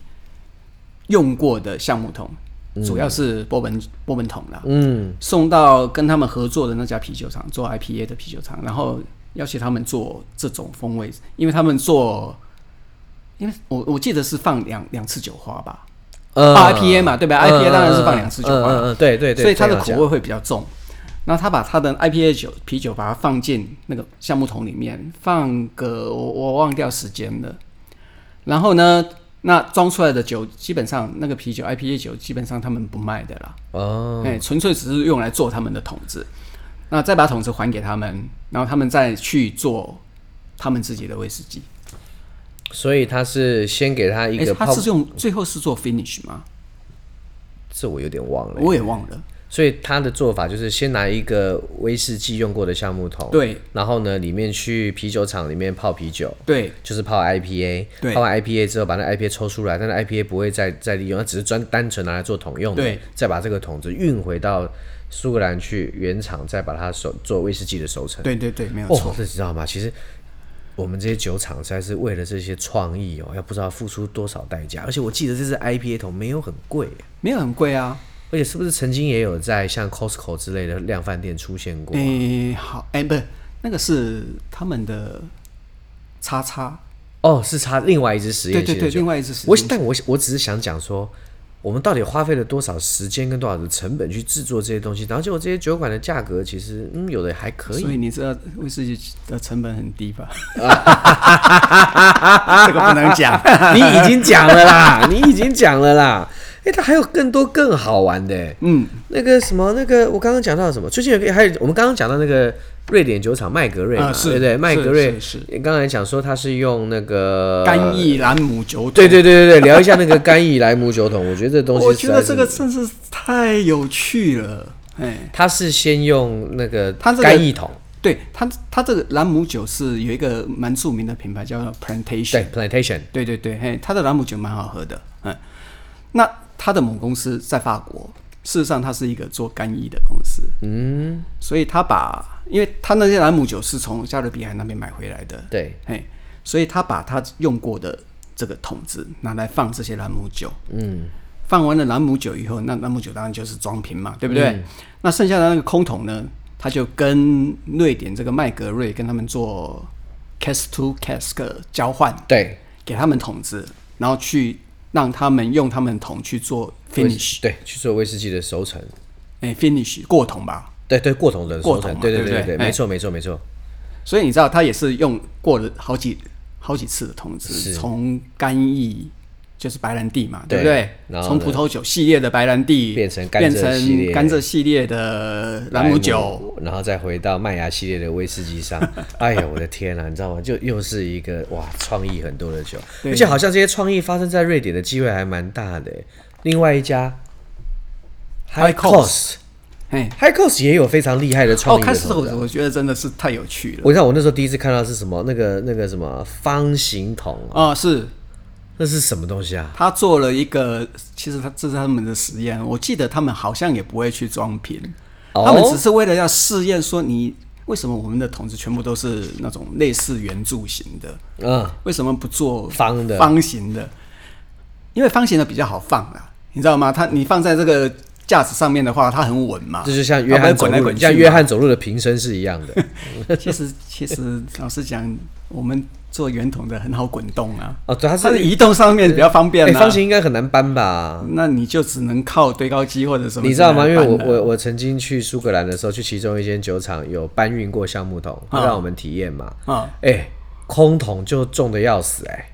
Speaker 1: 用过的橡木桶，
Speaker 2: 嗯
Speaker 1: 主要是波本波本桶啦，嗯，送到跟他们合作的那家啤酒厂做 IPA 的啤酒厂，然后要求他们做这种风味，因为他们做，因为我我记得是放两两次酒花吧，
Speaker 2: 呃
Speaker 1: 啊 IPA 嘛对吧 IPA 当然是放两次酒花
Speaker 2: 嗯嗯嗯，对对对，
Speaker 1: 所以它的
Speaker 2: 这样
Speaker 1: 口
Speaker 2: 讲
Speaker 1: 味会比较重。然后他把他的 IPA 酒啤酒把它放进那个橡木桶里面，放个我我忘掉时间了。然后呢，那装出来的酒基本上那个啤酒 IPA 酒基本上他们不卖的啦，
Speaker 2: 哦，
Speaker 1: 哎、纯粹只是用来做他们的桶子。那再把桶子还给他们，然后他们再去做他们自己的威士忌。
Speaker 2: 所以他是先给他一
Speaker 1: 哎
Speaker 2: 个，
Speaker 1: 他
Speaker 2: 泡，
Speaker 1: 是用最后是做 finish 吗？
Speaker 2: 这我有点忘了。
Speaker 1: 我也忘了。
Speaker 2: 所以他的做法就是先拿一个威士忌用过的橡木桶，
Speaker 1: 对
Speaker 2: 然后呢，里面去啤酒厂里面泡啤酒，
Speaker 1: 对，
Speaker 2: 就是泡 IPA，
Speaker 1: 对
Speaker 2: 泡完 IPA 之后把那 IPA 抽出来，但是 IPA 不会再再利用，它只是专单纯拿来做桶用的
Speaker 1: 对，
Speaker 2: 再把这个桶子运回到苏格兰去原厂，再把它手做威士忌的熟成。
Speaker 1: 对对对，没有错。
Speaker 2: 哦，这知道吗？其实我们这些酒厂实在是为了这些创意哦，要不知道付出多少代价。而且我记得这支 IPA 桶没有很贵耶，
Speaker 1: 没有很贵啊。
Speaker 2: 而且是不是曾经也有在像 Costco 之类的量贩店出现过？
Speaker 1: 诶、好，诶、不是，那个是他们的叉叉，
Speaker 2: 哦，是差另外一支实
Speaker 1: 对
Speaker 2: 验性
Speaker 1: 对
Speaker 2: 的
Speaker 1: 对，
Speaker 2: 酒
Speaker 1: 另外一只是
Speaker 2: 我但我我只是想讲说，我们到底花费了多少时间跟多少的成本去制作这些东西，然后结果这些酒馆的价格其实嗯有的还可以
Speaker 1: 所以你知道威士忌的成本很低 吧？这个不能讲。
Speaker 2: 你已经讲了啦，你已经讲了啦。哎、它还有更多更好玩的、欸。嗯，那个什么，那个我刚刚讲到什么？最近有个还有我们刚刚讲到那个瑞典酒厂麦格瑞嘛，
Speaker 1: 啊是
Speaker 2: 对不对？麦格瑞
Speaker 1: 是是是
Speaker 2: 你刚才讲说他是用那个
Speaker 1: 干邑兰姆酒桶，
Speaker 2: 对对对对对，聊一下那个干邑莱姆酒桶，我觉得这东西，
Speaker 1: 我觉得这个，真是太有趣了。哎，
Speaker 2: 它是先用那个
Speaker 1: 它这个
Speaker 2: 干邑桶，
Speaker 1: 对它它这个兰姆酒是有一个蛮著名的品牌叫做 Plantation，
Speaker 2: 对 plantation，
Speaker 1: 对对对，嘿，它的兰姆酒蛮好喝的。嗯，那它的母公司在法国，事实上它是一个做干邑的公司。
Speaker 2: 嗯，
Speaker 1: 所以他把，因为他那些兰姆酒是从加勒比海那边买回来的，
Speaker 2: 对，
Speaker 1: 嘿，所以他把他用过的这个桶子拿来放这些兰姆酒，
Speaker 2: 嗯，
Speaker 1: 放完了兰姆酒以后，那兰姆酒当然就是装瓶嘛，对不对？
Speaker 2: 嗯
Speaker 1: 那剩下的那个空桶呢，他就跟瑞典这个麦格瑞跟他们做 cask to cask 交换，
Speaker 2: 对
Speaker 1: 给他们桶子，然后去让他们用他们桶去做 finish，
Speaker 2: 对，去做威士忌的熟成，
Speaker 1: 哎、f i n i s h 过桶吧，
Speaker 2: 对对，过桶的熟
Speaker 1: 过桶
Speaker 2: 成，
Speaker 1: 嘛
Speaker 2: 对
Speaker 1: 对不
Speaker 2: 对
Speaker 1: 对
Speaker 2: 对，
Speaker 1: 哎
Speaker 2: 没错没错没错，
Speaker 1: 所以你知道，他也是用过了好几好几次的桶子，
Speaker 2: 是
Speaker 1: 从干邑就是白兰地嘛，对
Speaker 2: 对
Speaker 1: 不对？
Speaker 2: 然后
Speaker 1: 从
Speaker 2: 呢
Speaker 1: 葡萄酒系列的白兰地
Speaker 2: 变成甘蔗系列
Speaker 1: 甘蔗系列的兰姆酒，，
Speaker 2: 然后再回到麦芽系列的威士 忌上。哎呀，我的天啊，你知道吗？就又是一个哇，创意很多的酒，
Speaker 1: 对
Speaker 2: 而且好像这些创意发生在瑞典的机会还蛮大的。另外一家
Speaker 1: High
Speaker 2: High
Speaker 1: Coast
Speaker 2: Cost，High
Speaker 1: 哎，
Speaker 2: Cost 也有非常厉害的
Speaker 1: 哦，
Speaker 2: 创意
Speaker 1: 开
Speaker 2: 的
Speaker 1: 始
Speaker 2: 头
Speaker 1: 我
Speaker 2: 脑。
Speaker 1: 我觉得真的是太有趣了
Speaker 2: 我让我那时候第一次看到是什么，那个那个什么方形桶哦，
Speaker 1: 啊、是
Speaker 2: 那是什么东西啊？
Speaker 1: 他做了一个，其实他这是他们的实验，我记得他们好像也不会去装瓶，
Speaker 2: 哦
Speaker 1: 他们只是为了要试验说你为什么我们的桶子全部都是那种类似圆柱形的。
Speaker 2: 嗯，
Speaker 1: 为什么不做
Speaker 2: 方的
Speaker 1: 方形的？因为方形的比较好放啦，你知道吗？它你放在这个架子上面的话，它很稳嘛。
Speaker 2: 这就像约
Speaker 1: 它
Speaker 2: 翰
Speaker 1: 不会滚
Speaker 2: 走
Speaker 1: 来
Speaker 2: 路，
Speaker 1: 滚去嘛。
Speaker 2: 像约翰走路的瓶身是一样的。
Speaker 1: 其实其实老实讲，我们做圆筒的很好滚动啊，
Speaker 2: 哦，对，它是
Speaker 1: 它的移动上面比较方便
Speaker 2: 哎，
Speaker 1: 啊。
Speaker 2: 方形，应该很难搬吧？
Speaker 1: 那你就只能靠堆高机或者什么。
Speaker 2: 你知道吗？因为我
Speaker 1: 只能搬了
Speaker 2: 我我曾经去苏格兰的时候，去其中一间酒厂有搬运过橡木桶，
Speaker 1: 啊
Speaker 2: 让我们体验嘛。
Speaker 1: 啊，
Speaker 2: 哎、空桶就重的要死、哎，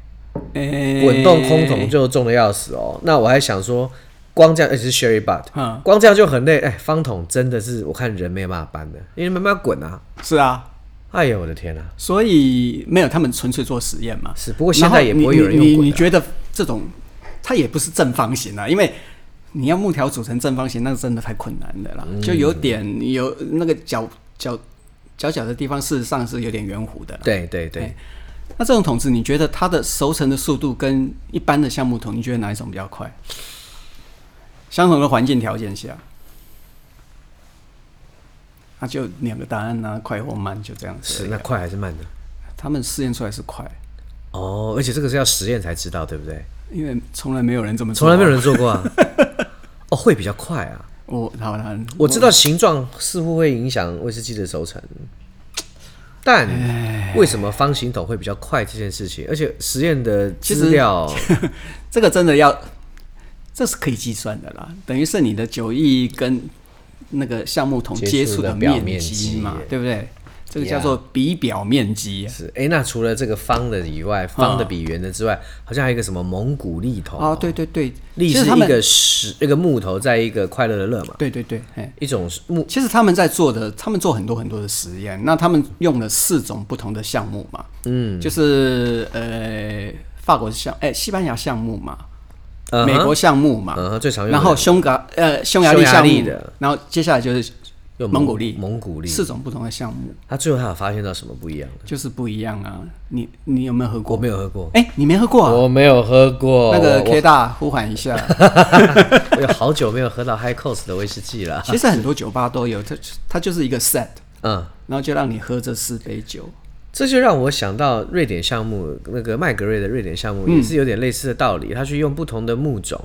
Speaker 1: 诶
Speaker 2: 滚动空桶就重的要死哦。那我还想说，光这样，而、且是 Sherry Butt，、
Speaker 1: 啊
Speaker 2: 光这样就很累。哎、方桶真的是我看人没有办法搬的，因为慢慢滚啊。
Speaker 1: 是啊，
Speaker 2: 哎呦，我的天啊！
Speaker 1: 所以没有他们纯粹做实验嘛。
Speaker 2: 是，不过现在也不会有人
Speaker 1: 然后你你
Speaker 2: 用
Speaker 1: 你
Speaker 2: 滚
Speaker 1: 你
Speaker 2: 的。
Speaker 1: 觉得这种它也不是正方形啊，因为你要木条组成正方形，那真的太困难的啦，就有点有那个角角角角的地方，事实上是有点圆弧的啦。
Speaker 2: 对对对，
Speaker 1: 那这种桶子，你觉得它的熟成的速度跟一般的橡木桶，你觉得哪一种比较快？相同的环境条件下，那就两个答案啊，快或慢，就这样子
Speaker 2: 是
Speaker 1: 而已啊。
Speaker 2: 那快还是慢的？
Speaker 1: 他们试验出来是快，
Speaker 2: 哦，而且这个是要实验才知道，对不对？
Speaker 1: 因为从来没有人这么做
Speaker 2: 从
Speaker 1: 啊，
Speaker 2: 来没有人做过啊。哦，会比较快啊。
Speaker 1: 我好了，
Speaker 2: 我知道形状似乎会影响威士忌的熟成，但
Speaker 1: 哎
Speaker 2: 为什么方形桶会比较快这件事情？而且实验的资料，
Speaker 1: 这个真的要，这是可以计算的啦，等于是你的酒意跟那个橡木桶接
Speaker 2: 接
Speaker 1: 触
Speaker 2: 触
Speaker 1: 的
Speaker 2: 的表
Speaker 1: 面
Speaker 2: 面
Speaker 1: 积
Speaker 2: 积
Speaker 1: 嘛
Speaker 2: 耶，
Speaker 1: 对不对？这个叫做比表面积啊。
Speaker 2: 是哎、那除了这个方的以外，方的比圆的之外，好像还有一个什么蒙古力桶
Speaker 1: 哦，对对对，
Speaker 2: 力
Speaker 1: 其
Speaker 2: 是
Speaker 1: 实他
Speaker 2: 一
Speaker 1: 们
Speaker 2: 个石，一个木头，在一个快乐的乐嘛，
Speaker 1: 对对对，哎，
Speaker 2: 一种是木
Speaker 1: 其实他们在做的，他们做很多很多的实验，那他们用了四种不同的项目嘛，嗯，就是呃法国项，哎西班牙项目嘛，
Speaker 2: 嗯哼
Speaker 1: 美国项目嘛，
Speaker 2: 嗯哼最常用的
Speaker 1: 然后匈牙呃匈牙利
Speaker 2: 匈牙
Speaker 1: 项
Speaker 2: 利
Speaker 1: 目
Speaker 2: 的，
Speaker 1: 然后接下来就是
Speaker 2: 有
Speaker 1: 蒙古力，
Speaker 2: 蒙古力，
Speaker 1: 四种不同的项目
Speaker 2: 他最后他有发现到什么不一样？
Speaker 1: 就是不一样啊。你你有没有喝
Speaker 2: 我
Speaker 1: 过？
Speaker 2: 没有喝过，
Speaker 1: 哎、你没喝过啊？
Speaker 2: 我没有喝过
Speaker 1: 那个
Speaker 2: 我
Speaker 1: K 大呼喊一下，
Speaker 2: 我我有好久没有喝到 High Cost 的威士忌了，
Speaker 1: 其实很多酒吧都有，它它就是一个 set，
Speaker 2: 嗯。
Speaker 1: 然后就让你喝这四杯酒。
Speaker 2: 这就让我想到瑞典项目，那个麦格瑞的瑞典项目也是有点类似的道理，他去用不同的木种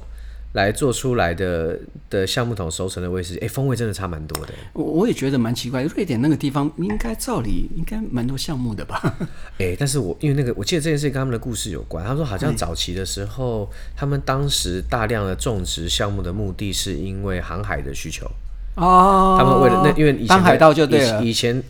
Speaker 2: 来做出来的的橡木桶熟成的威士忌，哎，风味真的差蛮多的。
Speaker 1: 我我也觉得蛮奇怪，瑞典那个地方应该照理应该蛮多项目的 吧？
Speaker 2: 哎，但是我因为那个，我记得这件事跟他们的故事有关。他说，好像早期的时候，他们当时大量的种植橡木的目的是因为航海的需求，
Speaker 1: 哦
Speaker 2: 他们为了那因为以前
Speaker 1: 当
Speaker 2: 的
Speaker 1: 海盗就对了
Speaker 2: 以以前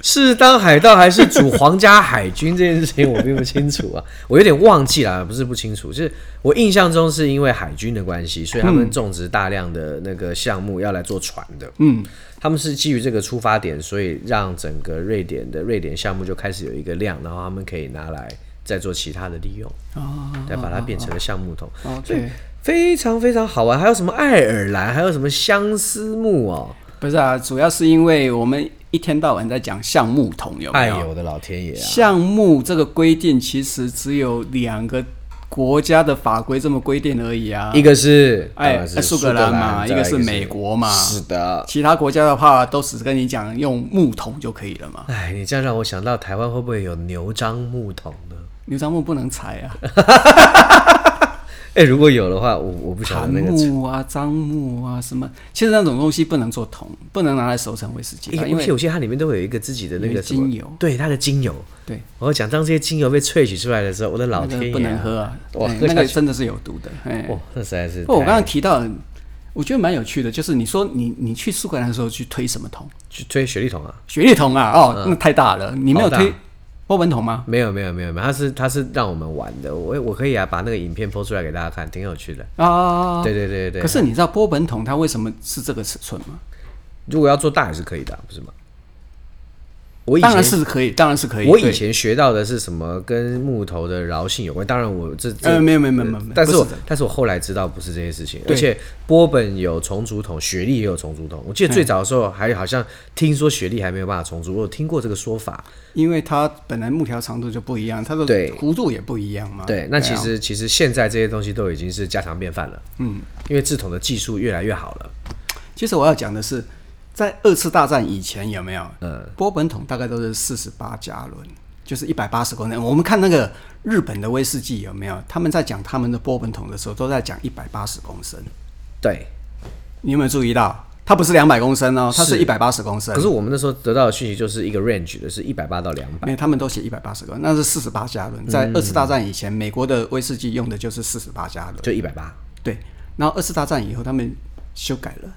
Speaker 2: 是当海盗还是主皇家海军这件事情，我并不清楚啊， 我有点忘记了，不是不清楚，是我印象中是因为海军的关系，所以他们种植大量的那个项目要来做船的，嗯，他们是基于这个出发点，所以让整个瑞典的瑞典项目就开始有一个量，然后他们可以拿来再做其他的利用，
Speaker 1: 哦
Speaker 2: 再把它变成了橡木桶，
Speaker 1: ，OK，
Speaker 2: 非常非常好玩。还有什么爱尔兰，还有什么相思木哦，
Speaker 1: 不是啊，主要是因为我们一天到晚在讲橡木桶有没
Speaker 2: 哎
Speaker 1: 有？
Speaker 2: 呦我的老天爷啊！
Speaker 1: 橡木这个规定其实只有两个国家的法规这么规定而已啊，
Speaker 2: 一个是
Speaker 1: 哎
Speaker 2: 当然是
Speaker 1: 苏
Speaker 2: 苏
Speaker 1: 格兰嘛
Speaker 2: 再来一
Speaker 1: 一个是美国嘛
Speaker 2: 是的。
Speaker 1: 其他国家的话都只跟你讲用木桶就可以了嘛，
Speaker 2: 哎，你这样让我想到台湾会不会有牛樟木桶呢？
Speaker 1: 牛樟木不能采啊，
Speaker 2: 哎，如果有的话，我我不晓得
Speaker 1: 檀
Speaker 2: 那个
Speaker 1: 木啊、樟木啊什么，其实那种东西不能做桶，不能拿来熟成威士忌
Speaker 2: 因
Speaker 1: 的，
Speaker 2: 为
Speaker 1: 因
Speaker 2: 而且
Speaker 1: 为
Speaker 2: 有些它里面都会有一个自己的那
Speaker 1: 有
Speaker 2: 个什么
Speaker 1: 精油
Speaker 2: 对它的精油。
Speaker 1: 对
Speaker 2: 我讲当这些精油被萃取出来的时候，我的老
Speaker 1: 那
Speaker 2: 天
Speaker 1: 个
Speaker 2: 爷、啊，
Speaker 1: 不能喝啊，
Speaker 2: 哇
Speaker 1: 哎
Speaker 2: 喝
Speaker 1: 那
Speaker 2: 下
Speaker 1: 个
Speaker 2: 去
Speaker 1: 真的是有毒的，哎。
Speaker 2: 哇，那实在是太。
Speaker 1: 不，我刚刚提到，我觉得蛮有趣的，就是你说你你去苏格兰的时候去推什么桶？
Speaker 2: 去推雪莉桶啊？
Speaker 1: 雪莉桶啊，哦，那太大了，你没有
Speaker 2: 嗯好大
Speaker 1: 推波本桶吗？
Speaker 2: 没有没有没有没有，它是它是让我们玩的，我我可以啊，把那个影片播出来给大家看，挺有趣的。
Speaker 1: 啊，
Speaker 2: 对对对对
Speaker 1: 可
Speaker 2: 对，
Speaker 1: 是你知道波本桶它为什么是这个尺寸吗？
Speaker 2: 如果要做大也是可以的啊，不是吗？我以
Speaker 1: 当然
Speaker 2: 前
Speaker 1: 是可以，当然是可以。
Speaker 2: 我以
Speaker 1: 对
Speaker 2: 前学到的是什么跟木头的柔性有关，当然我这这
Speaker 1: 呃没有没有没有没有没有，
Speaker 2: 但是
Speaker 1: 不
Speaker 2: 我
Speaker 1: 的
Speaker 2: 但是我后来知道不是这些事情，
Speaker 1: 对
Speaker 2: 而且波本有重组桶，雪莉也有重组桶。我记
Speaker 1: 哎
Speaker 2: 得最早的时候还好像听说雪莉还没有办法重组，我有听过这个说法。
Speaker 1: 因为它本来木条长度就不一样，它的
Speaker 2: 对
Speaker 1: 弧度也不一样嘛。
Speaker 2: 对，那
Speaker 1: 啊
Speaker 2: 其实、其实现在这些东西都已经是家常便饭了，嗯，因为制桶的技术越来越好了，
Speaker 1: 其实我要讲的是，在二次大战以前有没有？
Speaker 2: 嗯，
Speaker 1: 波本桶大概都是四十八加仑，就是一百八十公升。我们看那个日本的威士忌有没有？他们在讲他们的波本桶的时候，都在讲一百八十公升。
Speaker 2: 对。
Speaker 1: 你有没有注意到？它不是两百公升哦，它是
Speaker 2: 是
Speaker 1: 一百八十公升
Speaker 2: 可。是我们那时候得到的讯息就是一个 range 的是一百八到两百，
Speaker 1: 没有，他们都写一百八十公升，那是四十八加仑。在二次大战以前，美国的威士忌用的就是四十八加仑。
Speaker 2: 就一百八。
Speaker 1: 对，然后二次大战以后，他们修改了，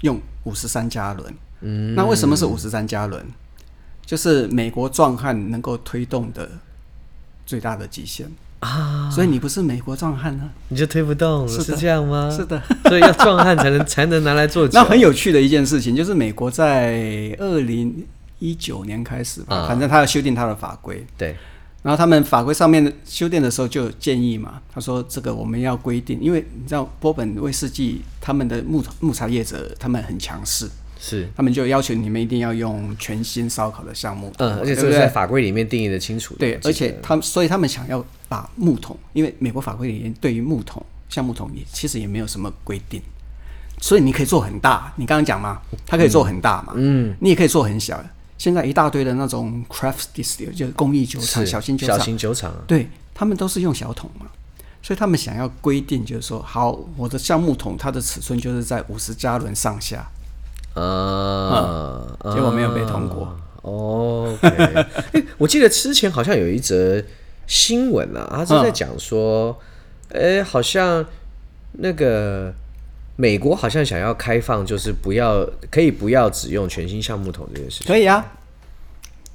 Speaker 1: 用五十三加仑。嗯，那为什么是五十三加仑？就是美国壮汉能够推动的最大的极限啊！所以你不是美国壮汉呢、
Speaker 2: 你就推不动了，
Speaker 1: 是的
Speaker 2: 这样吗？
Speaker 1: 是的，
Speaker 2: 所以要壮汉才能 才能拿来做酒。
Speaker 1: 那很有趣的一件事情，就是美国在二零一九年开始吧，
Speaker 2: 啊
Speaker 1: 反正他要修订他的法规，
Speaker 2: 对，
Speaker 1: 然后他们法规上面修订的时候就有建议嘛，他说这个我们要规定，因为你知道波本威士忌他们的木木材业者他们很强势，
Speaker 2: 是，
Speaker 1: 他们就要求你们一定要用全新烧烤的橡木桶，呃
Speaker 2: 嗯，而且
Speaker 1: 对
Speaker 2: 这
Speaker 1: 不
Speaker 2: 个在
Speaker 1: 对？
Speaker 2: 法规里面定义的清楚的。
Speaker 1: 对
Speaker 2: 我，记得
Speaker 1: 而且他们，所以他们想要把木桶，因为美国法规里面对于木桶、橡木桶也其实也没有什么规定，所以你可以做很大，你刚刚讲嘛，它可以做很大嘛，嗯，你也可以做很小。现在一大堆的那种 craft distill 就是工艺酒厂、
Speaker 2: 是
Speaker 1: 小型酒
Speaker 2: 小
Speaker 1: 厂，
Speaker 2: 型酒厂啊，
Speaker 1: 对他们都是用小桶嘛，所以他们想要规定就是说，好，我的橡木桶它的尺寸就是在五十加仑上下，
Speaker 2: 啊，
Speaker 1: 嗯结果没有被通过
Speaker 2: 啊。哦 OK，诶我记得之前好像有一则新闻啊，他是在讲说，呃、好像那个美国好像想要开放，就是不要可以不要只用全新橡木桶这件事情。
Speaker 1: 可以啊，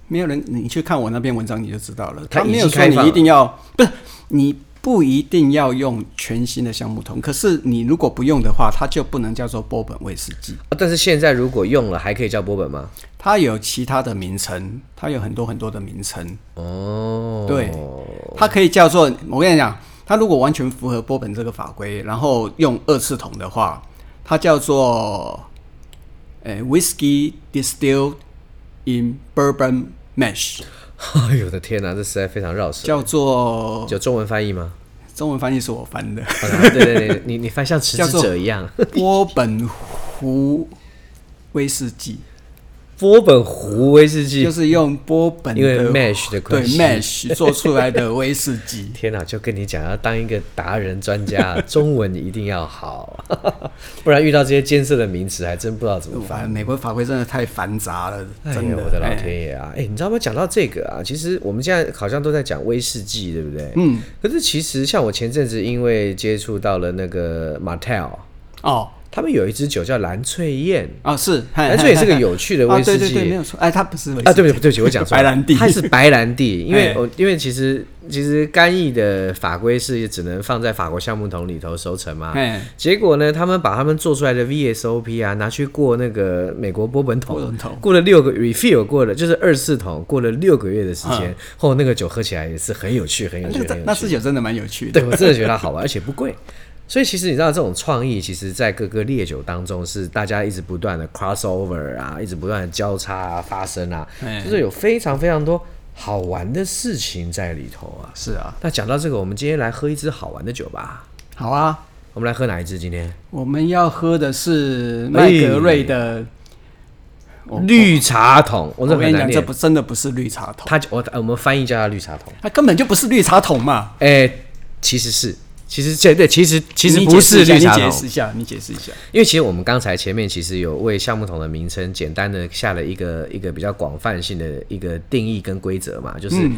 Speaker 1: 没有人，你去看我那篇文章你就知道了。
Speaker 2: 它
Speaker 1: 他
Speaker 2: 已经
Speaker 1: 没有说
Speaker 2: 开放
Speaker 1: 你
Speaker 2: 了
Speaker 1: 一定要，不是你不一定要用全新的橡木桶，可是你如果不用的话，它就不能叫做波本威士忌，
Speaker 2: 啊但是现在如果用了，还可以叫波本吗？
Speaker 1: 它有其他的名称，它有很多很多的名称，
Speaker 2: 哦，
Speaker 1: 对 它可以叫做我跟你讲，它如果完全符合波本这个法规，然后用二次桶的话，它叫做诶 whisky distilled in bourbon mash，
Speaker 2: 哎呦我的天哪、这实在非常绕舌。
Speaker 1: 叫做
Speaker 2: 有中文翻译吗？
Speaker 1: 中文翻译是我翻 的，
Speaker 2: 好的对对对，你你翻像 持
Speaker 1: 叫
Speaker 2: 之
Speaker 1: 做
Speaker 2: 者一样。
Speaker 1: 波本湖威士忌，
Speaker 2: 波本湖威士忌
Speaker 1: 就，是用波本的
Speaker 2: 因为 mash
Speaker 1: 对
Speaker 2: 的关系。。
Speaker 1: mash 做出来的威士忌
Speaker 2: 天哪、就跟你讲，要当一个达人专家，中文一定要好， 不然遇到这些艰涩的名词，还真不知道怎么翻。
Speaker 1: 反美国法规真的太繁杂了，哦真
Speaker 2: 哎
Speaker 1: 的
Speaker 2: 呦，我的老
Speaker 1: 哎
Speaker 2: 天爷啊！哎、你知道吗？讲到这个啊，其实我们现在好像都在讲威士忌，对不对？嗯。可是其实像我前阵子因为接触到了那个 Martell，
Speaker 1: 哦，
Speaker 2: 他们有一支酒叫蓝翠燕，
Speaker 1: 啊、是，嘿
Speaker 2: 蓝翠哎也是个有趣的
Speaker 1: 啊
Speaker 2: 威士
Speaker 1: 对
Speaker 2: 忌。
Speaker 1: 对对，没有错，哎，它不是威士忌
Speaker 2: 啊，对不起，对不起，我讲错了。
Speaker 1: 白兰地
Speaker 2: 它是白 兰地，因为
Speaker 1: 哎
Speaker 2: 我因为其实其实干邑的法规是只能放在法国橡木桶里头熟成嘛。
Speaker 1: 哎，
Speaker 2: 结果呢，他们把他们做出来的 VSOP 啊，拿去过那个美国波本
Speaker 1: 波
Speaker 2: 桶
Speaker 1: 本桶，
Speaker 2: 过了六个 refill，过了就是二四桶，过了六个月的时间，后那个酒喝起来也是很有趣，很有
Speaker 1: 嗯那个
Speaker 2: 趣，很
Speaker 1: 真
Speaker 2: 有
Speaker 1: 那
Speaker 2: 趣。
Speaker 1: 支酒真的蛮有趣的。
Speaker 2: 对我真的觉得它好玩，而且不贵。所以其实你知道，这种创意其实，在各个烈酒当中是大家一直不断的 crossover 啊，一直不断的交叉啊发生啊，
Speaker 1: 哎
Speaker 2: 就是有非常非常多好玩的事情在里头啊。
Speaker 1: 是啊，
Speaker 2: 那讲到这个，我们今天来喝一支好玩的酒吧。
Speaker 1: 好啊，
Speaker 2: 我们来喝哪一支？今天
Speaker 1: 我们要喝的
Speaker 2: 哎
Speaker 1: 是麦格瑞的，我
Speaker 2: 绿茶桶，我
Speaker 1: 我
Speaker 2: 这
Speaker 1: 跟
Speaker 2: 很
Speaker 1: 你
Speaker 2: 难
Speaker 1: 讲，这
Speaker 2: 念。
Speaker 1: 不真的不是绿茶桶，
Speaker 2: 它我我们翻译叫它绿茶桶。
Speaker 1: 它根本就不是绿茶桶嘛。
Speaker 2: 哎，其实是，其实这对，其实其实
Speaker 1: 你
Speaker 2: 不
Speaker 1: 解释
Speaker 2: 是
Speaker 1: 一下
Speaker 2: 绿茶
Speaker 1: 你
Speaker 2: 桶
Speaker 1: 解。释一下，你解释一下。
Speaker 2: 因为其实我们刚才前面其实有为橡木桶的名称简单的下了一个一个比较广泛性的一个定义跟规则嘛，就是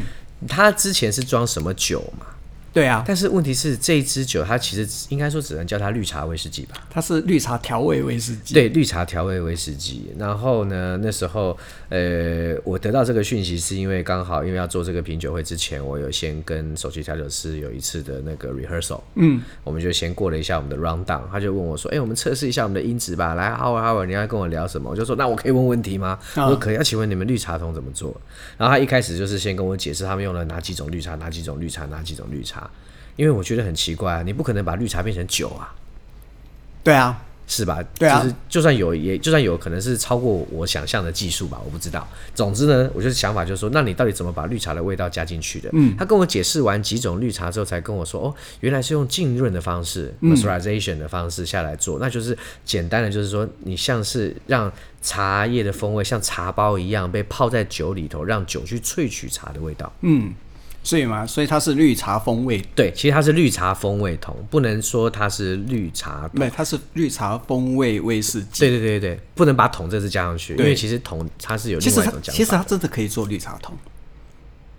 Speaker 2: 它之前是装什么酒嘛，
Speaker 1: 对啊，
Speaker 2: 但是问题是这一支酒它其实应该说只能叫它绿茶威士忌吧。
Speaker 1: 它是绿茶调味威士忌。
Speaker 2: 对，绿茶调味威士忌。然后呢，那时候呃，我得到这个讯息是因为刚好因为要做这个品酒会之前，我有先跟首席调酒师有一次的那个 rehearsal，嗯，我们就先过了一下我们的 round down，他就问我说，哎、我们测试一下我们的音质吧，来，Howard Howard，你要啊跟我聊什么？我就说，那我可以问问题吗？
Speaker 1: 啊
Speaker 2: 我说可以，要请问你们绿茶桶怎么做？然后他一开始就是先跟我解释他们用了哪几种绿茶，哪几种绿茶，哪几种绿茶，因为我觉得很奇怪啊，你不可能把绿茶变成酒啊。
Speaker 1: 对啊，
Speaker 2: 是吧？
Speaker 1: 对啊
Speaker 2: 就是就算有也就算有可能是超过我想象的技术吧，我不知道。总之呢，我就是想法就是说，那你到底怎么把绿茶的味道加进去的？嗯，他跟我解释完几种绿茶之后，才跟我说，哦，原来是用浸润的方式
Speaker 1: 嗯
Speaker 2: （maceration） 的方式下来做，那就是简单的，就是说你像是让茶叶的风味像茶包一样被泡在酒里头，让酒去萃取茶的味道。
Speaker 1: 嗯，所以嘛，所以它是绿茶风味，
Speaker 2: 对，其实它是绿茶风味桶，不能说它是绿茶桶。
Speaker 1: 没，它是绿茶风味威士忌。
Speaker 2: 对对对对，不能把桶这字加上去，因
Speaker 1: 对
Speaker 2: 为其实桶它是有
Speaker 1: 其
Speaker 2: 另
Speaker 1: 实
Speaker 2: 外一
Speaker 1: 它
Speaker 2: 种讲法。
Speaker 1: 其实它真的可以做绿茶桶。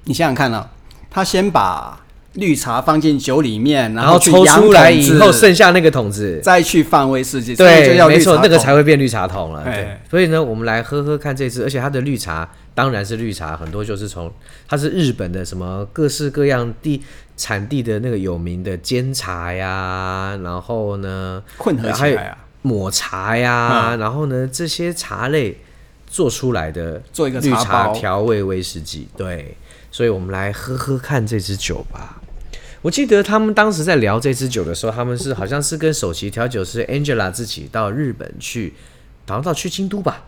Speaker 1: 你想想看啊，他先把绿茶放进酒里面，
Speaker 2: 然
Speaker 1: 后
Speaker 2: 后
Speaker 1: 去
Speaker 2: 抽
Speaker 1: 养
Speaker 2: 出来以
Speaker 1: 桶
Speaker 2: 后，
Speaker 1: 子
Speaker 2: 剩下那个桶子，
Speaker 1: 再去放威士忌，所以就
Speaker 2: 对，
Speaker 1: 叫
Speaker 2: 没
Speaker 1: 绿茶
Speaker 2: 错，
Speaker 1: 桶。
Speaker 2: 那个才会变绿茶桶了。对
Speaker 1: 哎，
Speaker 2: 所以呢，我们来喝喝看这支，而且它的绿茶当然是绿茶，很多就是从它是日本的什么各式各样地产地的那个有名的煎茶呀，然后呢
Speaker 1: 混合起
Speaker 2: 还有
Speaker 1: 来啊，嗯
Speaker 2: 抹茶呀，然后呢这些茶类做出来的
Speaker 1: 做一个
Speaker 2: 绿
Speaker 1: 茶
Speaker 2: 茶
Speaker 1: 包
Speaker 2: 调味威士忌，对，所以我们来喝喝看这支酒吧。我记得他们当时在聊这支酒的时候，他们是好像是跟首席调酒师 Angela 自己到日本去，好像到去京都吧，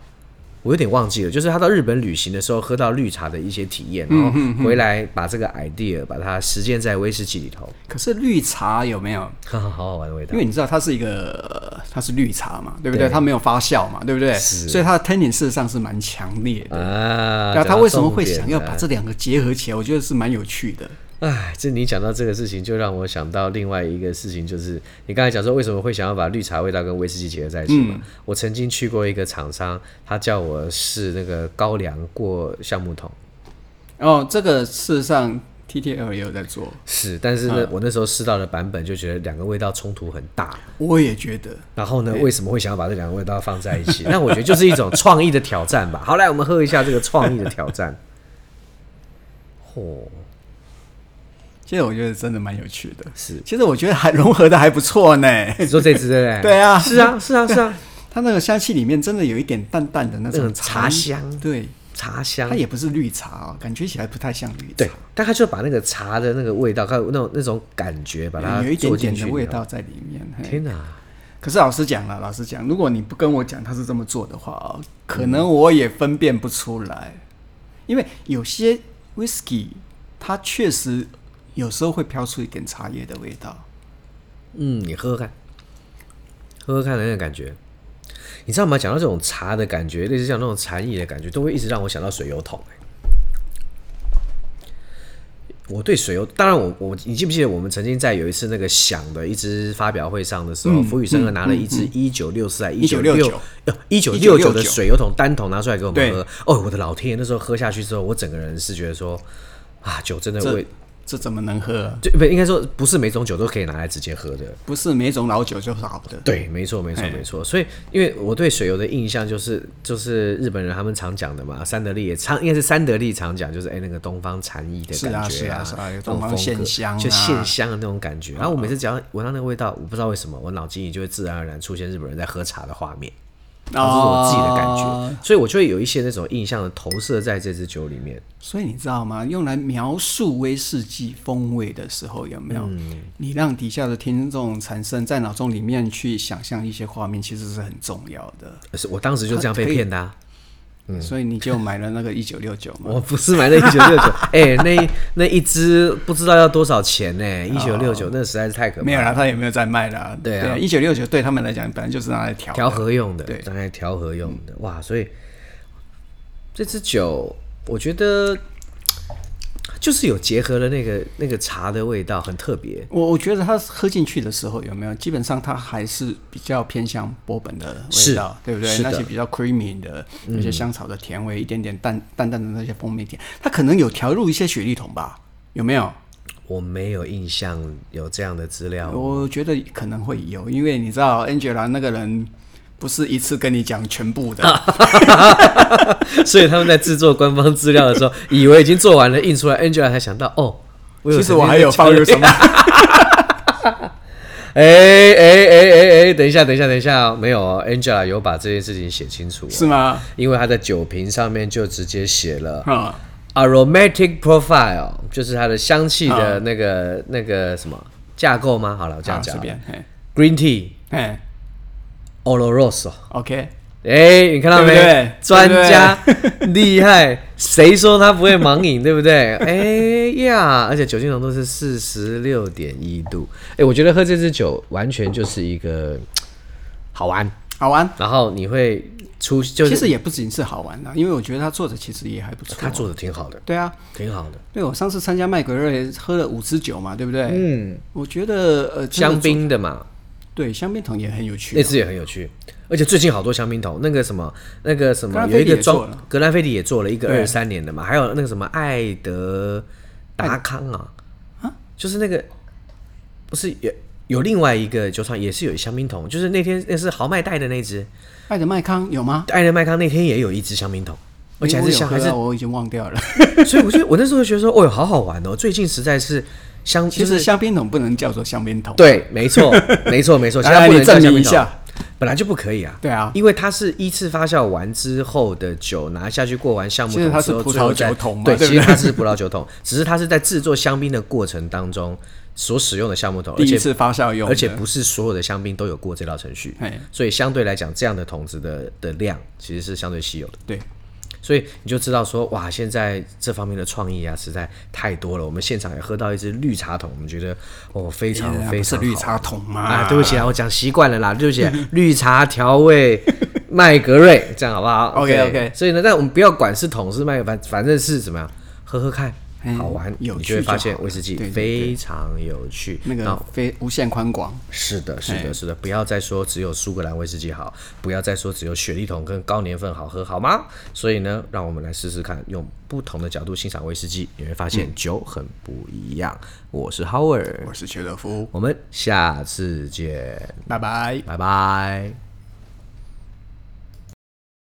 Speaker 2: 我有点忘记了。就是他到日本旅行的时候喝到绿茶的一些体验，然
Speaker 1: 嗯
Speaker 2: 后回来把这个 idea 把它实践在威士忌里头，
Speaker 1: 可是绿茶有没有？
Speaker 2: 哈哈，好好玩的味道
Speaker 1: 因。为你知道它是一个，它是绿茶嘛，对不对？
Speaker 2: 对
Speaker 1: 它没有发酵嘛，对不对？
Speaker 2: 是
Speaker 1: 所以它的 tannin 事实上是蛮强烈的。
Speaker 2: 啊，
Speaker 1: 那
Speaker 2: 讲
Speaker 1: 他
Speaker 2: 到
Speaker 1: 为什么
Speaker 2: 重哎
Speaker 1: 会
Speaker 2: 点
Speaker 1: 想要
Speaker 2: 了
Speaker 1: 把这两个结合起来？我觉得是蛮有趣的。
Speaker 2: 哎，这你讲到这个事情，就让我想到另外一个事情，就是你刚才讲说为什么会想要把绿茶味道跟威士忌结合在一起嘛？我曾经去过一个厂商，他叫我试那个高粱过橡木桶，
Speaker 1: 哦，这个事实上 TTL 也有在做，
Speaker 2: 是，但是呢，我那时候试到的版本就觉得两个味道冲突很大。
Speaker 1: 我也觉得
Speaker 2: 然后呢，为什么会想要把这两个味道放在一起？ 那我觉得就是一种创意的挑战吧。好，来我们喝一下这个创意的挑战。 嚯、
Speaker 1: 其实我觉得真的蛮有趣的。
Speaker 2: 是，
Speaker 1: 其实我觉得还融合的还不错 呢。
Speaker 2: 你说这支对不对？
Speaker 1: 对啊
Speaker 2: 是啊，是啊，是啊，
Speaker 1: 它那个香气里面真的有一点淡淡的那
Speaker 2: 那
Speaker 1: 种
Speaker 2: 种茶香
Speaker 1: 对，
Speaker 2: 嗯茶香
Speaker 1: 它。也不是绿茶啊、感觉起来不太像绿茶，
Speaker 2: 对，但他就把那个茶的那个味道，还有那种那种感觉，把它
Speaker 1: 有一点
Speaker 2: 做进
Speaker 1: 点
Speaker 2: 去
Speaker 1: 的
Speaker 2: 以后
Speaker 1: 味。道在里面。嘿
Speaker 2: 天哪，
Speaker 1: 可是老实讲了，老实讲，如果你不跟我讲他是这么做的话
Speaker 2: 嗯
Speaker 1: 啊，可能我也分辨不出来，因为有些 whisky 它确实有时候会飘出一点茶叶的味道。
Speaker 2: 嗯，你喝喝看，喝喝看的那个感觉，你知道吗？讲到这种茶的感觉，类似像那种禅意的感觉，都会一直让我想到水油桶、欸我对水油，当然我我你记不记得我们曾经在有一次那个响的一支发表会上的时候，福宇生和拿了一支一九六四还嗯啊一九
Speaker 1: 1969
Speaker 2: 一九六九的
Speaker 1: 1969
Speaker 2: 水油桶单桶拿出来给我们
Speaker 1: 对
Speaker 2: 喝，哦，我的老天爷！那时候喝下去之后，我整个人是觉得说啊，酒真的
Speaker 1: 这
Speaker 2: 味
Speaker 1: 这怎么能喝、啊？
Speaker 2: 就不应该说不是每种酒都可以拿来直接喝的。
Speaker 1: 不是每种老酒就是好的。
Speaker 2: 对，没错，
Speaker 1: 哎
Speaker 2: 没错，没错。所以，因为我对水油的印象就是，就是日本人他们常讲的嘛，三得利也常，应该是三得利常讲，就是哎、那个东方禅意的
Speaker 1: 是
Speaker 2: 感
Speaker 1: 啊
Speaker 2: 觉
Speaker 1: 是啊是啊有
Speaker 2: 那
Speaker 1: 东
Speaker 2: 种
Speaker 1: 方
Speaker 2: 风
Speaker 1: 线
Speaker 2: 格
Speaker 1: 香
Speaker 2: 就
Speaker 1: 啊嗯
Speaker 2: 线香的那种感觉。然后我每次只要闻到那个味道，我不知道为什么，我脑筋里就会自然而然出现日本人在喝茶的画面。这是我自己的感
Speaker 1: 哦
Speaker 2: 觉，所以我就会有一些那种印象的投射在这支酒里面。
Speaker 1: 所以你知道吗？用来描述威士忌风味的时候，有没有、
Speaker 2: 嗯
Speaker 1: 你让底下的听众产生在脑中里面去想象一些画面，其实是很重要的。
Speaker 2: 是我当时就这样被骗的、啊，
Speaker 1: 所以你就买了那个一九六九嘛。
Speaker 2: 我不是买那一九六九， 哎，那一那一支不知道要多少钱呢、一九六九那实在是太可怕
Speaker 1: 哦没有
Speaker 2: 了，
Speaker 1: 啦，他也没有在卖啦。
Speaker 2: 对啊
Speaker 1: 一九六九对他们来讲，本来就是拿来调的
Speaker 2: 调和用的，
Speaker 1: 对嗯
Speaker 2: 当然调和用的，哇，所以这支酒我觉得就是有结合了那个那个茶的味道，很特别。
Speaker 1: 我我觉得它喝进去的时候有没有，基本上它还是比较偏向波本的味道，
Speaker 2: 是
Speaker 1: 对不对？
Speaker 2: 是的嗯
Speaker 1: 那些比较 creamy 的那些香草的甜味，一点点淡淡淡的那些蜂蜜甜，它可能有调入一些雪莉桶吧？有没有？
Speaker 2: 我没有印象有这样的资料，
Speaker 1: 我觉得可能会有，因为你知道 Angela 那个人不是一次跟你讲全部的，
Speaker 2: 啊 所以他们在制作官方资料 的时候，以为已经做完了，印出来，Angela 才想到，哦，我有
Speaker 1: 其实
Speaker 2: 曾
Speaker 1: 我
Speaker 2: 经
Speaker 1: 还有
Speaker 2: 在这
Speaker 1: 放 入什么？
Speaker 2: 哎哎哎哎哎，等一下，等一下，等一下哦，没有哦，Angela 有把这件事情写清楚、哦
Speaker 1: 是吗？
Speaker 2: 因为她在酒瓶上面就直接写了
Speaker 1: 啊、
Speaker 2: aromatic profile，就是它的香气的那个、那个什么架构吗？好了，我这样
Speaker 1: 啊
Speaker 2: 讲
Speaker 1: 随便，哎
Speaker 2: green tea
Speaker 1: 哎
Speaker 2: oloroso。
Speaker 1: ，OK，
Speaker 2: 哎、你看到没
Speaker 1: 对不对？
Speaker 2: 专家 厉害，谁说他不会盲饮，对不对？哎呀，而且酒精浓度是四十六点一度。哎、我觉得喝这支酒完全就是一个好玩，
Speaker 1: 好玩。
Speaker 2: 然后你会出就
Speaker 1: 其
Speaker 2: 是
Speaker 1: 实也不仅是好玩啦、啊因为我觉得他做的其实也还不错。
Speaker 2: 他做的挺好的，
Speaker 1: 对啊，
Speaker 2: 挺好的，
Speaker 1: 对我上次参加麦格瑞喝了五支酒嘛，对不对？嗯，我觉得呃，真的
Speaker 2: 香槟的嘛，
Speaker 1: 对香槟桶也很有趣
Speaker 2: 那支也很有趣。而且最近好多香槟桶，那个什么，那个什
Speaker 1: 格
Speaker 2: 么，
Speaker 1: 兰
Speaker 2: 有
Speaker 1: 菲
Speaker 2: 一
Speaker 1: 迪
Speaker 2: 个
Speaker 1: 也做
Speaker 2: 装格兰菲迪也做了一个二
Speaker 1: 对
Speaker 2: 十三年的嘛，还有那个什么艾德达康啊，就是那个不是有有另外一个酒厂也是有香槟桶，就是那天那是豪迈带的那只
Speaker 1: 爱哎德麦康有吗？
Speaker 2: 艾德麦康那天也有一只香槟桶，而且
Speaker 1: 因为我
Speaker 2: 还是
Speaker 1: 有
Speaker 2: 香还
Speaker 1: 喝
Speaker 2: 是
Speaker 1: 到，我已经忘掉 了。
Speaker 2: 所以我就我那时候就觉得说，哦哟，好好玩哦，最近实在是香
Speaker 1: 其
Speaker 2: 就
Speaker 1: 实
Speaker 2: 是。
Speaker 1: 香槟桶不能叫做香槟桶，
Speaker 2: 对，没错，没 错，没错。现
Speaker 1: 来
Speaker 2: 在
Speaker 1: 来
Speaker 2: 不能
Speaker 1: 你
Speaker 2: 叫
Speaker 1: 证
Speaker 2: 香
Speaker 1: 明
Speaker 2: 槟
Speaker 1: 一
Speaker 2: 桶
Speaker 1: 下，
Speaker 2: 本来就不可以啊。
Speaker 1: 对啊
Speaker 2: 因为它是依次发酵完之后的酒拿下去过完橡木
Speaker 1: 其实它
Speaker 2: 桶
Speaker 1: 是
Speaker 2: 之后，
Speaker 1: 葡萄
Speaker 2: 最后再
Speaker 1: 酒桶嘛
Speaker 2: 对，
Speaker 1: 对不
Speaker 2: 其实它是葡萄酒桶， 只是它是在制作香槟的过程当中所使用的橡木桶，
Speaker 1: 第
Speaker 2: 而
Speaker 1: 一
Speaker 2: 且
Speaker 1: 次发酵用的，
Speaker 2: 而且不是所有的香槟都有过这道程序
Speaker 1: 嘿，
Speaker 2: 所以相对来讲，这样的桶子的的量其实是相对稀有的。
Speaker 1: 对，
Speaker 2: 所以你就知道说，哇，现在这方面的创意啊，实在太多了。我们现场也喝到一支绿茶桶，我们觉得哦，非常
Speaker 1: 哎呀
Speaker 2: 非
Speaker 1: 不是
Speaker 2: 常
Speaker 1: 绿
Speaker 2: 好
Speaker 1: 茶桶嘛？
Speaker 2: 啊，对不起啊，我讲习惯了啦，对不起，绿茶 调味麦格瑞，这样好不好
Speaker 1: OK，OK
Speaker 2: 所以呢，但我们不要管是桶是麦格，反反正是怎么样，喝喝看，
Speaker 1: 嗯
Speaker 2: 好玩，
Speaker 1: 有
Speaker 2: 你
Speaker 1: 趣
Speaker 2: 就会
Speaker 1: 就
Speaker 2: 发现
Speaker 1: 好
Speaker 2: 威士忌
Speaker 1: 对对
Speaker 2: 非常有趣。哦
Speaker 1: 那个非无限宽广，
Speaker 2: 是的，是的，是的，不要再说只有苏格兰威士忌好，不要再说只有雪莉桶跟高年份好喝，好吗？所以呢，让我们来试试看，用不同的角度欣赏威士忌，你会发
Speaker 1: 嗯
Speaker 2: 现酒很不一样。我是 Howard，
Speaker 1: 我是邱德夫，
Speaker 2: 我们下次见，
Speaker 1: 拜拜。
Speaker 2: 拜拜。